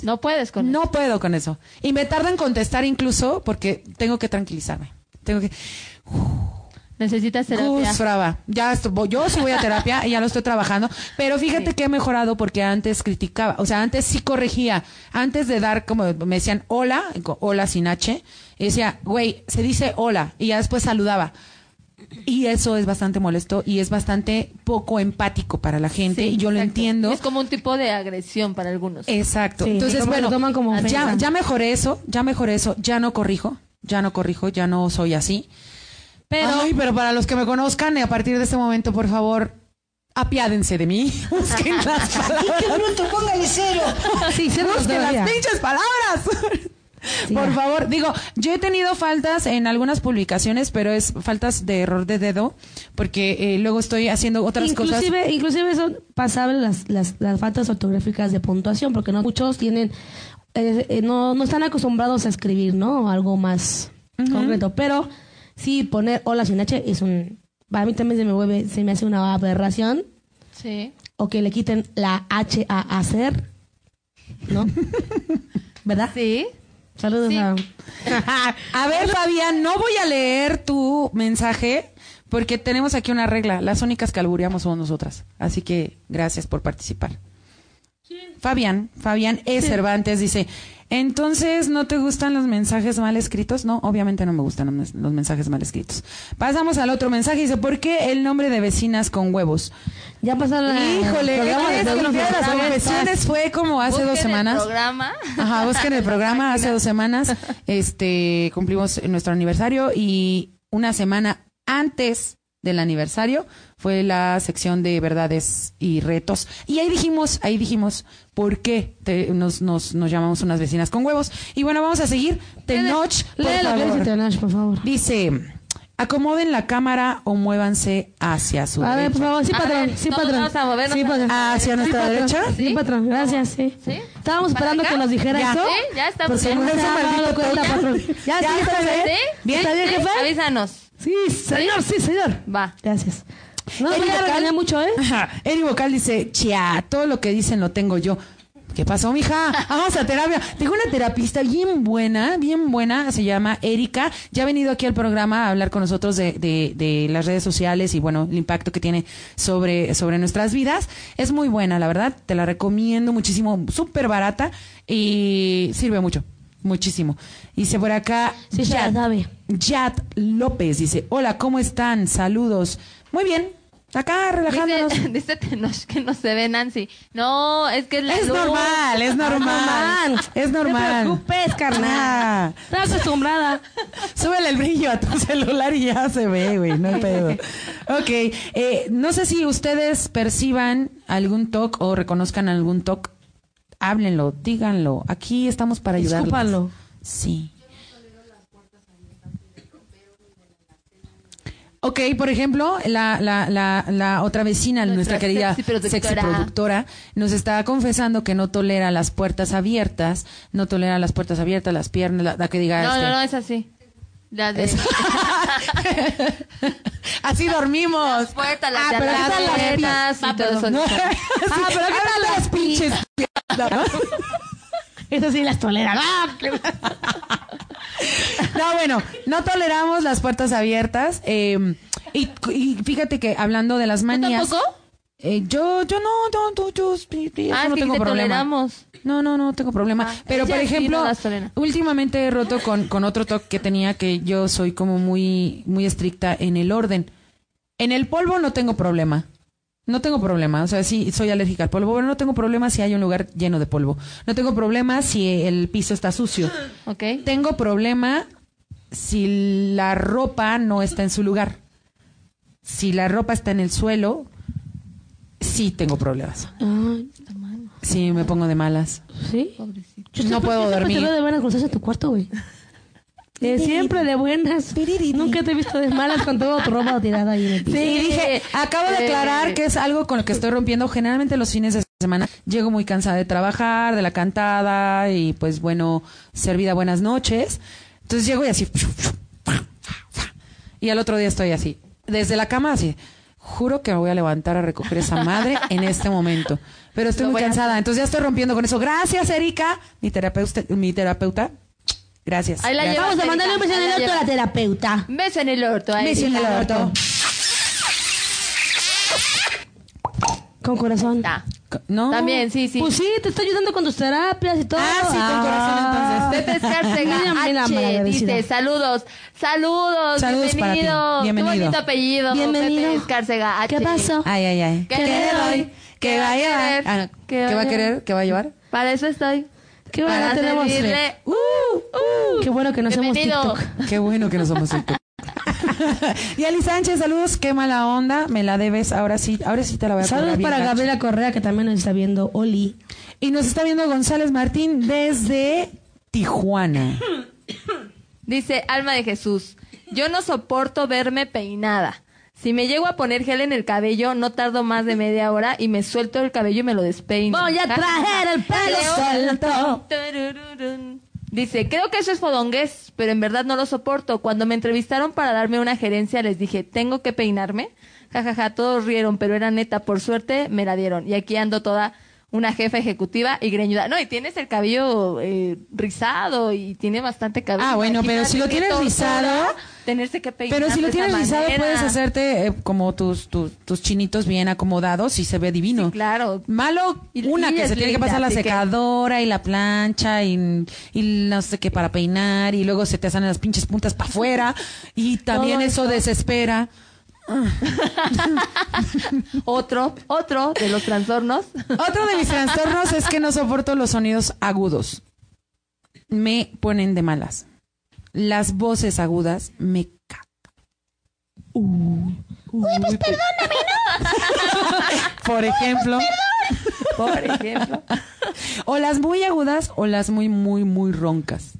No puedes con No puedo con eso. Y me tarda en contestar incluso porque tengo que tranquilizarme. Tengo que... Necesitas terapia. Gus Fraba. Ya estu- voy- yo sí voy a terapia y ya lo estoy trabajando, pero fíjate que he mejorado porque antes criticaba, o sea, antes sí corregía, antes de dar como me decían hola, co- hola sin h, y decía, güey, se dice hola y ya después saludaba. Y eso es bastante molesto y es bastante poco empático para la gente Sí, y yo lo exacto. entiendo. Eh, Es como un tipo de agresión para algunos. Exacto. Sí, Entonces, como que lo bueno, toman como ya, ofensa. ya mejoré eso, ya mejoré eso, ya no corrijo, ya no corrijo, ya no soy así. Pero, Ay, pero para los que me conozcan, a partir de este momento, por favor, apiádense de mí. Busquen las palabras. Pronto, póngale cero. Sí, se nos Busquen todavía. las pinches palabras. Sí, Por ya. favor, digo, yo he tenido faltas en algunas publicaciones, pero es faltas de error de dedo, porque eh, luego estoy haciendo otras cosas. inclusive, Inclusive son pasables las, las, las faltas ortográficas de puntuación, porque no muchos tienen, eh, eh, no, no están acostumbrados a escribir, ¿no? Algo más concreto. Pero sí, poner hola sin H es un... Para mí también se me, vuelve, se me hace una aberración. Sí. O que le quiten la H a hacer, ¿no? ¿Verdad? Sí. Saludos Sí. a... A ver, Fabián, no voy a leer tu mensaje porque tenemos aquí una regla. Las únicas que albureamos somos nosotras. Así que gracias por participar. Fabián, Fabián E. Cervantes dice, entonces, ¿no te gustan los mensajes mal escritos? No, obviamente no me gustan los los mensajes mal escritos. Pasamos al otro mensaje. Dice, ¿por qué el nombre de vecinas con huevos? Ya pasaron a- Híjole, ¿qué Ah. programa de crees que el todos día de las los- confesiones fue como hace Busquen dos el semanas? programa. Ajá, busquen el programa. Hace dos semanas este, cumplimos nuestro aniversario y una semana antes del aniversario fue la sección de verdades y retos. Y ahí dijimos, ahí dijimos, ¿por qué te- nos, nos, nos llamamos unas vecinas con huevos? Y bueno, vamos a seguir. Tenoch, por Lee lo que dice favor. Tenoch, por favor. Dice, acomoden la cámara o muévanse hacia su A ver, por derecha". favor, sí, A patrón, ver, sí, todos patrón. vamos a movernos sí, a- patrón. ¿Hacia nuestra patrón. derecha? Sí, patrón, gracias, sí. ¿Sí? Estábamos ¿Para esperando acá? que nos dijera Ya. eso. Sí, ya estamos Porque bien. no se Ya, ha dado cuenta, patrón. Ya, sí, está bien. ¿Sí? ¿Está bien, ¿Sí? jefe? Avísanos. Sí, señor, sí, señor. Va. Gracias. No me Eli voy a Vocal- regañar mucho, ¿eh? Ajá. Eri Vocal dice, chia, todo lo que dicen lo tengo yo. ¿Qué pasó, mija? Vamos a terapia. Tengo una terapista bien buena, bien buena, se llama Erika. Ya ha venido aquí al programa a hablar con nosotros de, de- de las redes sociales y, bueno, el impacto que tiene sobre, sobre nuestras vidas. Es muy buena, la verdad. Te la recomiendo muchísimo, súper barata y sirve mucho, muchísimo. Dice por acá... Sí, se la Yad- sabe. Yad López dice, hola, ¿cómo están? Saludos. Muy bien, acá relajándonos. Dice, dice Tenoch que no se ve Nancy. No, es que es la Es luz. normal, es normal. Es normal. No te preocupes, carnal. Ah, Estoy acostumbrada. súbele el brillo a tu celular y ya se ve, güey, no hay pedo. Ok, eh, no sé si ustedes perciban algún TOC o reconozcan algún TOC. Háblenlo, díganlo. Aquí estamos para ayudarlos. Escúpanlo. Sí. Ok, por ejemplo, la, la, la, la otra vecina, nuestra, Nuestra querida sexy productora. sexiproductora, nos está confesando que no tolera las puertas abiertas, no tolera las puertas abiertas, las piernas, la, la que diga... No, este, no, no, es así. La de... Es- Así dormimos. Las puertas, las ah, de pero atrás, ¿qué tal las puertas piernas? y todo eso. No. Ah, pero ¿qué tal las pinches? piernas? Eso sí las tolera. ¡Ah! No, bueno, no toleramos las puertas abiertas. eh, y, y fíjate que hablando de las manías. tampoco? Eh, yo, yo no, no, tú, yo, sí, sí, eso Ah, es no que tengo te problema. toleramos. No, no, no tengo problema. Ah, Pero, ella por sí ejemplo, no las tolera. últimamente he roto con, con otro toque que tenía que yo soy como muy, muy estricta en el orden. En el polvo no tengo problema. No tengo problema, o sea, sí, soy alérgica al polvo, pero no tengo problema si hay un lugar lleno de polvo. No tengo problema si el piso está sucio. Ok. Tengo problema si la ropa no está en su lugar. Si la ropa está en el suelo, sí tengo problemas. Ay, Sí, me pongo de malas. ¿Sí? Yo No siempre- puedo yo siempre dormir. Te veo de buenas cuando estás en tu cuarto, güey. Eh, siempre de buenas. Nunca te he visto de malas con toda tu ropa tirada ahí en el piso. Y dije, acabo de aclarar que es algo con lo que estoy rompiendo. Generalmente los fines de semana llego muy cansada de trabajar, de la cantada y pues bueno, servida buenas noches. Entonces llego y así. Y al otro día estoy así, desde la cama así. Juro que me voy a levantar a recoger esa madre en este momento. Pero estoy muy cansada, entonces ya estoy rompiendo con eso. Gracias, Erika, mi terapeuta, mi terapeuta. Gracias. Ahí la Gracias. llevas, Vamos a mandarle un beso en el Erika, orto a la terapeuta. Beso en el orto. a Beso en el Erika. orto. Con corazón. Ta. Co- No. También, sí, sí. Pues sí, te está ayudando con tus terapias y todo. Ah, Ah, sí, con corazón entonces. Pepe Escárcega Mira, mira, H malagradecida. dice saludos, saludos, Saludos para ti. bienvenido, Bienvenido. qué bonito apellido, Bienvenido. Pepe Escárcega H. ¿Qué pasó? Ay, ay, ay. ¿Qué le doy? ¿Qué va a llevar? Ah, no. ¿Qué va a querer? ¿Qué va a llevar? Para eso estoy. Qué bueno Para tenemos. servirle. Uh, uh, Qué bueno que no hacemos Bienvenido. TikTok. qué bueno que no somos TikTok. y Ali Sánchez, saludos, qué mala onda, me la debes, ahora sí, ahora sí te la voy a cobrar Saludos bien para gacho. Gabriela Correa, que también nos está viendo Oli. Y nos está viendo González Martín desde Tijuana. Dice Alma de Jesús, yo no soporto verme peinada. Si me llego a poner gel en el cabello, no tardo más de media hora y me suelto el cabello y me lo despeino. Voy a traer el pelo suelto. Turururun. Dice, creo que eso es fodongués, pero en verdad no lo soporto. Cuando me entrevistaron para darme una gerencia, les dije, ¿tengo que peinarme? Jajaja, todos rieron, pero era neta, por suerte me la dieron. Y aquí ando toda una jefa ejecutiva y greñuda. No, y tienes el cabello eh, rizado y tiene bastante cabello. Ah, bueno, pero Imagínate si lo qué tienes tortura rizado- Tenerse que peinar. Pero si lo de esa tienes rizado, manera. puedes hacerte eh, como tus, tus, tus chinitos bien acomodados y se ve divino. Sí, claro. Malo, Y- una y que es se tiene que linda, pasar la así que- secadora y la plancha y, y no sé qué para peinar y luego se te hacen las pinches puntas para afuera y también Todo eso desespera. Otro, otro de los trastornos. Otro de mis trastornos es que no soporto los sonidos agudos. Me ponen de malas. Las voces agudas me cagan. pues pues Por ejemplo. pues Por ejemplo. O las muy agudas o las muy, muy, muy roncas.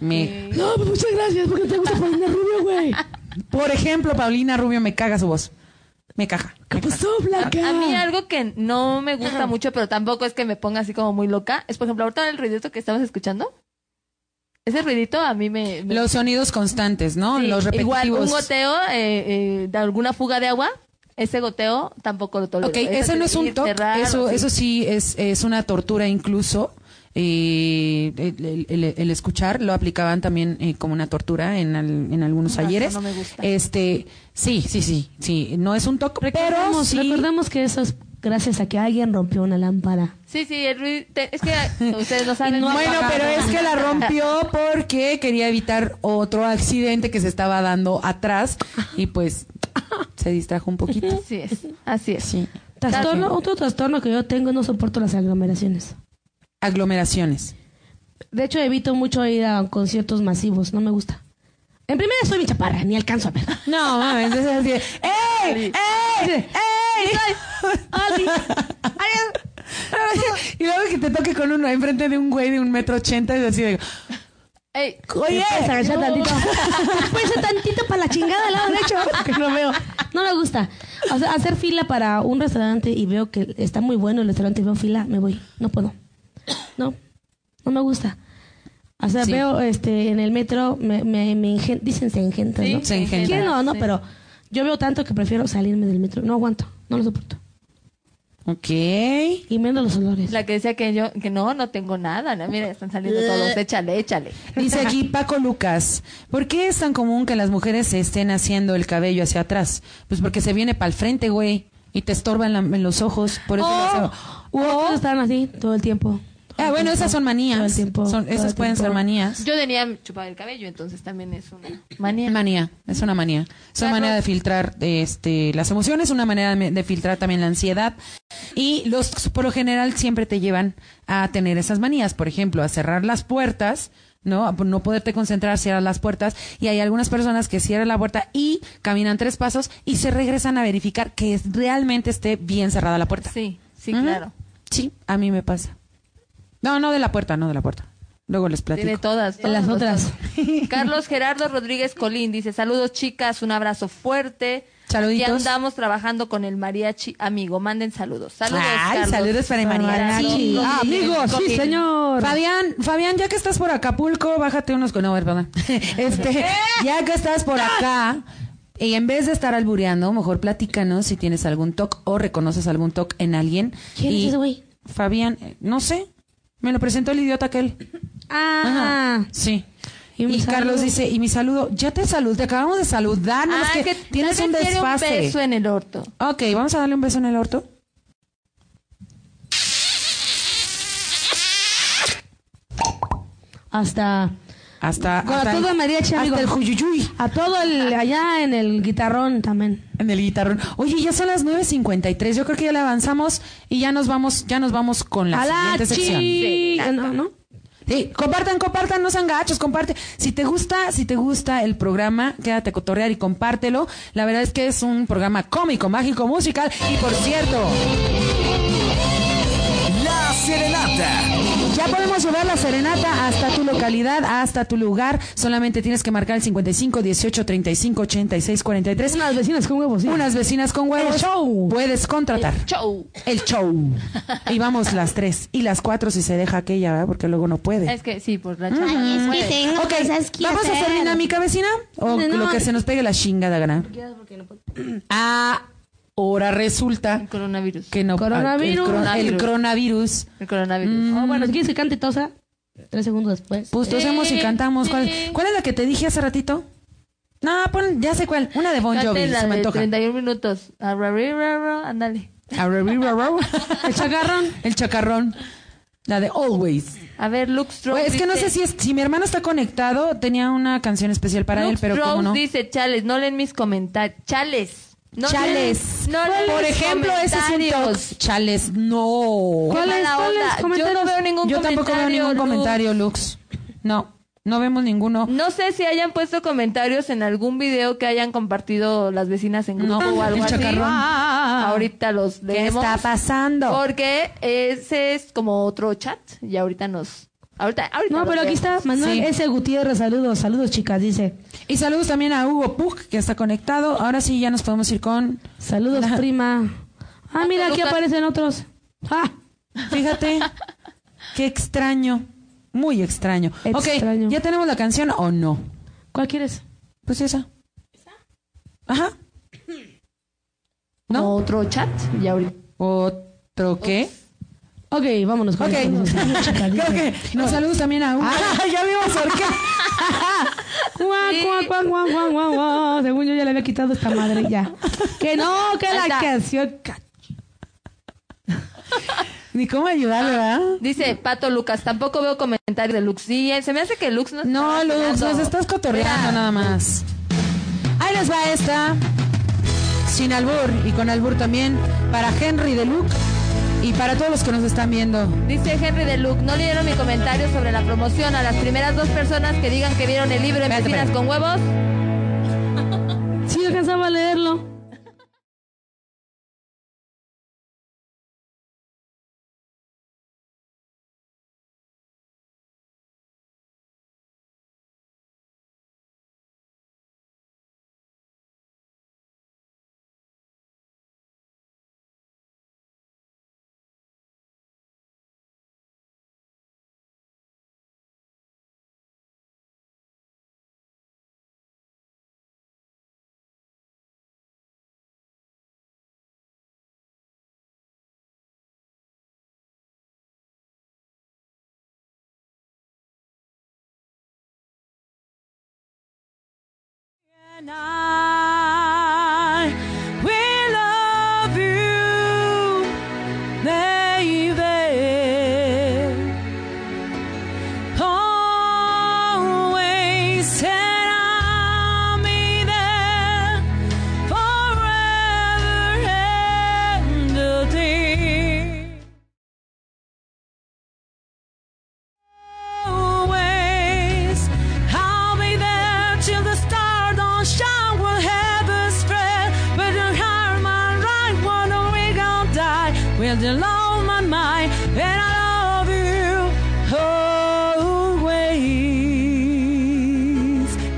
Me... No, pues muchas gracias, porque te gusta poner rubio, güey. Por ejemplo, Paulina Rubio me caga su voz. Me caga. ¿Qué pasó, Blanca? A mí algo que no me gusta mucho, pero tampoco es que me ponga así como muy loca, es por ejemplo ahorita el ruidito que estabas escuchando. Ese ruidito a mí me... me- Los sonidos constantes, ¿no? sí, Los repetitivos. Igual un goteo eh, eh, de alguna fuga de agua, ese goteo tampoco lo tolero. Ok, eso no es un sentirte toque, raro, eso, sí. eso sí es, es una tortura incluso. eh, el, el- el- el escuchar lo aplicaban también eh, como una tortura en, al- en algunos Ah, eso ayeres. no me gusta. Este, sí, sí, sí, sí, no es un toque, pero Recordemos, sí. recordemos que eso es gracias a que alguien rompió una lámpara. Sí, sí, el ruido... te- Es que ustedes no saben... no mi Bueno, papá. pero es que la rompió porque quería evitar otro accidente que se estaba dando atrás y pues se distrajo un poquito. Así es, así es. Sí. Trastorno, otro trastorno que yo tengo, no soporto las aglomeraciones. Aglomeraciones. De hecho, evito mucho ir a conciertos masivos, no me gusta. En primera soy mi chaparra, ni alcanzo a ver. No, mames, es así. de, ¡Ey! ¡Ey! ¡Ey! Y luego que te toque con uno enfrente de un güey de un metro ochenta y así de... Ey, ¡Oye! Puedes agachar tantito. Puedes ser tantito para la chingada del lado derecho. Que no veo. No me gusta. O sea, hacer fila para un restaurante y veo que está muy bueno el restaurante y veo fila, me voy. No puedo. No, no me gusta. O sea, Sí. veo este en el metro, me, me, me engen- dicen se engendra, Sí, ¿no? Se engendra. ¿Quién no? No, sí. pero yo veo tanto que prefiero salirme del metro. No aguanto, no lo soporto. Ok. Y menos los olores. La que decía que yo, que no, no tengo nada, ¿no? mira, están saliendo todos, échale, échale. Dice aquí Paco Lucas, ¿por qué es tan común que las mujeres se estén haciendo el cabello hacia atrás? Pues porque se viene para el frente, güey, y te estorban en los ojos, Oh, por eso lo hacen. Otros están así todo el tiempo. Ah, bueno, esas son Todo manías. el tiempo, Son- todo el esas pueden ser tiempo. manías. Yo tenía chupado el cabello, entonces también es una manía. Manía, es una manía. Es una Carlos. manera de filtrar este, las emociones, una manera de, de filtrar también la ansiedad. Y los, por lo general, siempre te llevan a tener esas manías. Por ejemplo, a cerrar las puertas, ¿no? A no poderte concentrar, cierras las puertas. Y hay algunas personas que cierran la puerta y caminan tres pasos y se regresan a verificar que es- realmente esté bien cerrada la puerta. Sí, sí, Ujú. claro. Sí, a mí me pasa. No, no de la puerta, no de la puerta. Luego les platico. Tiene todas. todas, las todas, otras. todas. Carlos Gerardo Rodríguez Colín dice, saludos chicas, un abrazo fuerte. Saluditos. Y andamos trabajando con el mariachi amigo. Manden saludos. Saludos, Ay, Carlos. saludos para el mariachi. Claro. Ah, amigos, Coquín. señor. Fabián, Fabián, ya que estás por Acapulco, bájate unos con no, perdón. Este, ya que estás por acá, y en vez de estar albureando, mejor platícanos si tienes algún toc o reconoces algún toc en alguien. ¿Quién Y es ese güey? Fabián, eh, no sé. Me lo presentó el idiota aquel. Ah, Sí. un Y saludo. Carlos dice, y mi saludo, ya te saludé, te acabamos de Ah, saludar, nada más que, tienes tal un vez quiere desfase. un beso en el orto. Ok, vamos a darle un beso en el orto. Hasta Hasta, Con hasta, todo María hasta Chamigo. el juyuyuy a todo el allá en el guitarrón también. en el guitarrón. Oye, ya son las 9.53, yo creo que ya le avanzamos y ya nos vamos, ya nos vamos con la a siguiente la sección. chi. No, no. Sí, compartan, compartan, no sean gachos, comparte. Si te gusta, si te gusta el programa, quédate a cotorrear y compártelo. La verdad es que es un programa cómico, mágico, musical. Y por cierto, La Serenata. ya podemos llevar la serenata hasta tu localidad, hasta tu lugar. Solamente tienes que marcar el 55 18 35 86 43. Unas vecinas con huevos. ¿sí? Unas vecinas con huevos. El show. Puedes contratar. Show. El show. Y vamos las tres. Y las cuatro si se deja aquella, ¿verdad? Porque luego no puede. Es que sí, Ah, por la chava. Ay, es que Bueno, tengo Ok, cosas que ¿vamos a hacer dinámica, vecina? O No, no. lo que se nos pegue la chingada gana. Ah, ahora resulta El coronavirus. que no. Coronavirus. El, cron- el coronavirus. El coronavirus. Mm, Oh, bueno, si quieres que cante Tosa, tres segundos después. Pues tosemos y cantamos. ¿Cuál, cuál es la que te dije hace ratito? No, pon, ya sé cuál. Una de Bon Cante Jovi, la se me de antoja. 31 minutos. Arra, ri, ra, ra, Ándale. el chacarrón. El chacarrón. La de Always. A ver, Luke Strong. Oye, es que no sé dice- si es- si mi hermano está conectado, tenía una canción especial para Luke él, pero Strong como no. dice Chales, no leen mis comentarios. Chales. No Chales. leen- no leen Por mis ejemplo, ese es un comentarios. tox. Chales, no. Qué ¿Cuál es- mala cuál es? onda. Yo no Comentarios. veo ningún Yo comentario. tampoco veo ningún Luke. comentario, Lux. No, no vemos ninguno. No sé si hayan puesto comentarios en algún video que hayan compartido las vecinas en grupo No, o algo Mm, el así. Ah, chacarrón. Ahorita los ¿Qué leemos. está pasando? Porque ese es como otro chat y ahorita nos... Ahorita, ahorita No, los pero aquí leemos. está Manuel Sí. S. Gutiérrez. Saludos, saludos, chicas. Dice: Y saludos también a Hugo Puck, que está conectado. Ahora sí, ya nos podemos ir con... Saludos, prima. Ah, mira, aquí Lucas. aparecen otros. Ah, Fíjate, qué extraño. Muy extraño. Extraño. Ok, ¿ya tenemos la canción o no? ¿cuál quieres? Pues esa. Ajá. ¿No? Como otro chat y ahorita... ¿Otro qué? Ok, vámonos con Ok. esto. Saludos, chicas, dice. Creo que Ah. nos saludos también a Hugo. ya vimos por qué. Guau, guau, guau, guau, guau, guau, guau. Según yo ya le había quitado esta madre ya. Que no, que la Ahí está. canción. ca- Ni cómo ayudarle, ¿verdad? Dice Pato Lucas, tampoco veo comentarios de Lux. Sí, eh, se me hace que Lux no... No, Lux, no nos estás cotorreando nada más. Ahí les va esta. Sin albur y con albur también. Para Henry de Luke y para todos los que nos están viendo. Dice Henry de Luke, no leyeron mi comentario sobre la promoción. A las primeras dos personas que digan que vieron el libro en Espérate, Vecinas espérate. con Huevos, Sí, alcanzaba a leerlo.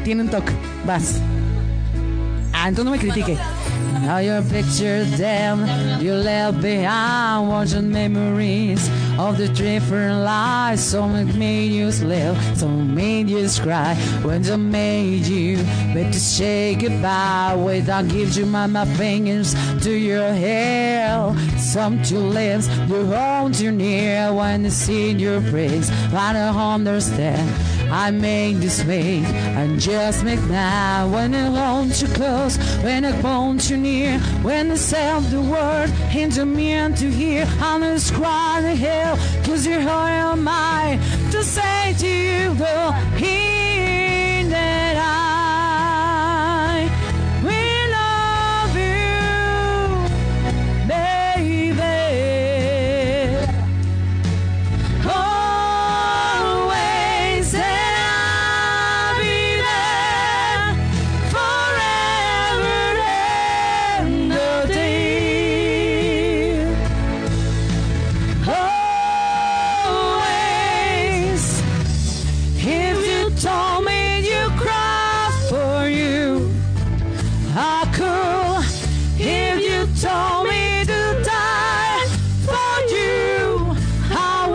Tiene un toque. Vas. Ah, entonces no me critique. Now your picture's down, you left behind watching memories of the different lives. Some made you laugh, some made you cry. When they made you, but to say goodbye, wait, I'll give you my, my fingers to your hair. Some two lips, you hold you near when they see your face. I don't understand. I make this way and just make now when I want too close, when I want too near, when I say the word into me and to hear, I'm gonna squad the hill, cause you're all mine to say to you the hint that I will love you, baby always and I'll be there forever and a day. Always, if you told me you cry for you, I could. If you told me to die for you, I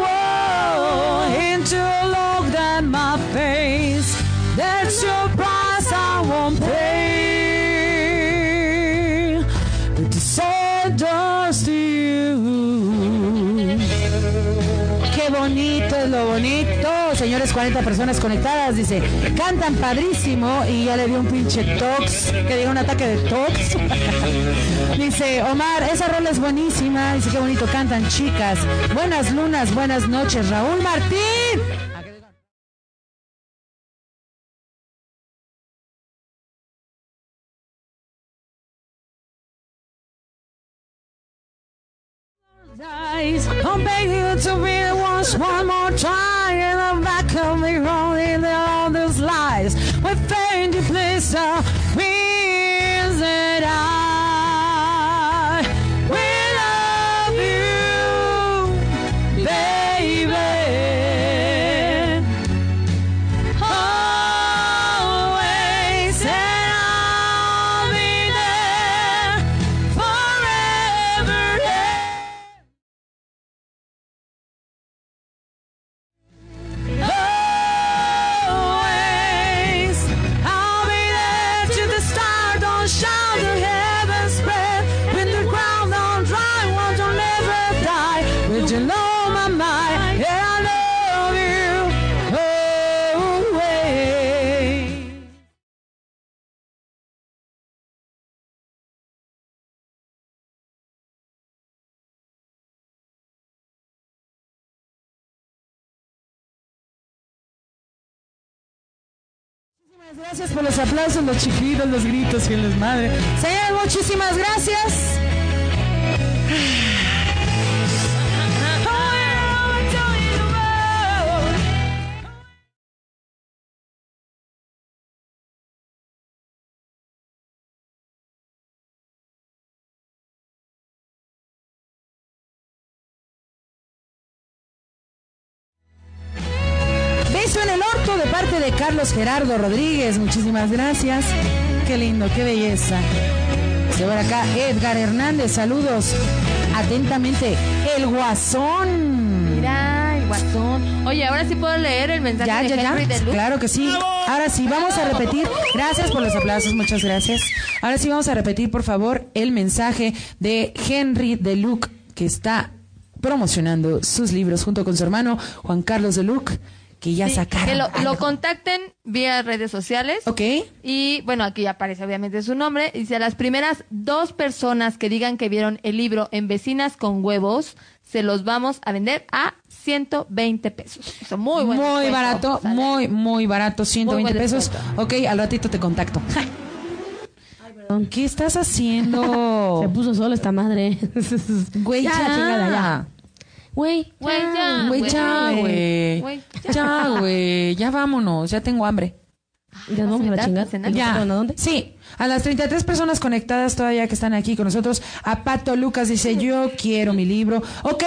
would. Into look that my face. That's your price I won't pay. But to say does to you. Qué bonito es lo bonito. Señores, 40 personas conectadas, dice. Cantan padrísimo y ya le dio un pinche tox, que diga un ataque de tox. dice, Omar, esa rola es buenísima. Dice, qué bonito cantan, chicas. Buenas lunas, buenas noches, Raúl Martín. eyes. I'm begging you to be once one more time in the back of me rolling all these lies. We're failing to please the means that I will love you, baby. Always, and I'll be there forever. always. I'll be there till the stars don't shine, the heaven spread. When the ground don't dry, one don't ever die. But you know my mind, and I love you always. Muchísimas gracias por los aplausos, los chiquitos, los gritos y las madres. Señores, muchísimas gracias. Beso en el orto de parte de Carlos Gerardo Rodríguez. Muchísimas gracias. Qué lindo, qué belleza. Se va acá Edgar Hernández. Saludos. Atentamente, el guasón. Mira, el guasón. Oye, ahora sí puedo leer el mensaje Ya, de ya, Henry ya. de Luz. Claro que sí. Ahora sí, vamos a repetir. Gracias por los aplausos, muchas gracias. Ahora sí, vamos a repetir, por favor, el mensaje de Henry de Luc, que está promocionando sus libros junto con su hermano Juan Carlos de Luc, que ya Sí, sacaron. que lo, lo algo. contacten vía redes sociales. Ok. Y bueno, aquí aparece obviamente su nombre. Dice, a las primeras dos personas que digan que vieron el libro en Vecinas con Huevos, se los vamos a vender a 120 pesos. Eso, muy Muy, pues, buen descuento, barato, ¿sale? muy, muy barato, 120 buen pesos. descuento. Ok, al ratito te contacto. ¿Qué estás Se haciendo? puso solo esta madre. Güey, Ya, ya. chingada, ya. Ah, Güey, Güey, ya. ya. Güey, Güey, ya, güey. güey. Güey, Ya, güey. Ya vámonos. Ya tengo hambre. Ya nos vamos a la ¿Cenar? chingada. ¿Cenar? ¿No Ya. saben a dónde? Sí. A las 33 personas conectadas todavía que están aquí con nosotros. A Pato Lucas dice, yo quiero mi libro. Ok.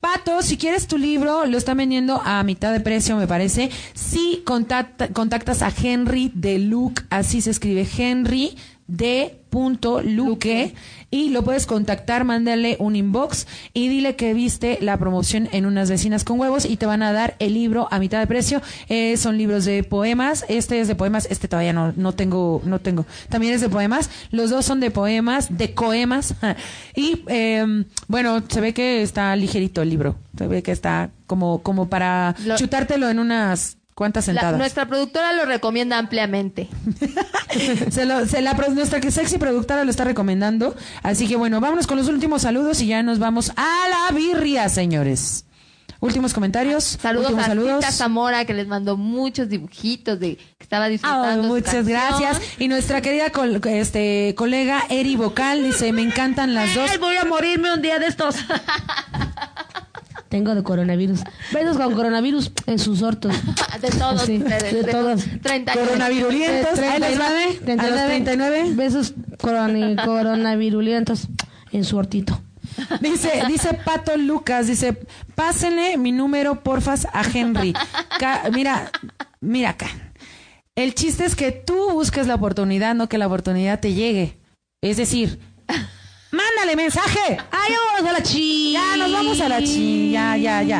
Pato, si quieres tu libro, lo están vendiendo a mitad de precio, me parece. Si contacta- contactas a Henry de Luke, así se escribe Henry de punto Luque y lo puedes contactar, mándale un inbox y dile que viste la promoción en unas vecinas con huevos y te van a dar el libro a mitad de precio. Eh, son libros de poemas, este es de poemas, este todavía no, no tengo, no tengo. También es de poemas, los dos son de poemas, de coemas. Y eh, bueno, se ve que está ligerito el libro, se ve que está como, como para Lo- chutártelo en unas ¿Cuántas La- sentadas? nuestra productora lo recomienda ampliamente. Se lo- se la pro- nuestra que sexy productora lo está recomendando. Así que bueno, vámonos con los últimos saludos y ya nos vamos a la birria, señores. Últimos comentarios. Saludos últimos a Tita Zamora, que les mandó muchos dibujitos de que estaba Ah, disfrutando. su muchas canción. gracias. Y nuestra querida col- este, colega Eri Vocal dice, me encantan las dos. Ay, voy a morirme un día de estos. Tengo de coronavirus. Besos con coronavirus en sus hortos. De todos Sí, ustedes. de todos. 30 Coronavirulientos. Ahí les va. ¿eh? A los 39. Besos coroni- coronavirulentos en su hortito. Dice, dice Pato Lucas, dice, pásenle mi número, porfas, a Henry. Ca- mira, mira acá. El chiste es que tú busques la oportunidad, no que la oportunidad te llegue. Es decir, mándale mensaje. ¡Ay, vamos a la chi! Ya, nos vamos a la chi. Ya, ya, ya.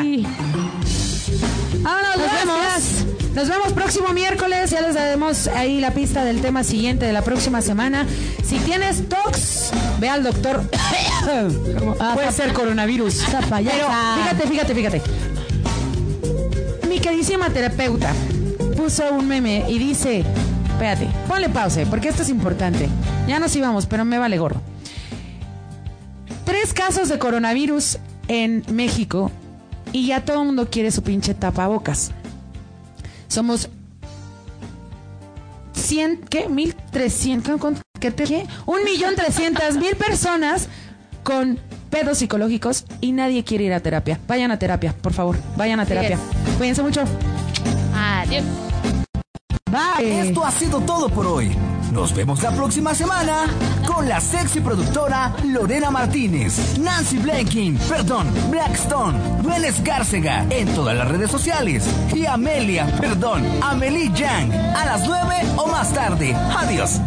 ¡Vámonos, Nos gracias! vemos. Nos vemos próximo miércoles. Ya les daremos ahí la pista del tema siguiente de la próxima semana. Si tienes tox, ve al doctor. Ah, Puede ser coronavirus. esa payasa. Pero fíjate, fíjate, fíjate. Mi queridísima terapeuta puso un meme y dice, espérate, ponle pause, porque esto es importante. Ya nos íbamos, pero me vale gorro. Tres casos de coronavirus en México y ya todo el mundo quiere su pinche tapabocas. Somos 100, ¿qué? 1300, ¿cuánto? ¿Qué te dije? Un millón trescientas mil personas con pedos psicológicos y nadie quiere ir a terapia. Vayan a terapia, por favor, vayan a terapia. Cuídense mucho. Adiós. Bye. Esto ha sido todo por hoy. Nos vemos la próxima semana con la sexy productora Lorena Martínez, Nancy Blanking, perdón, Blackstone, Dueles Gárcega, en todas las redes sociales y Amelia, perdón, Amelie Yang, a las 9 o más tarde. Adiós.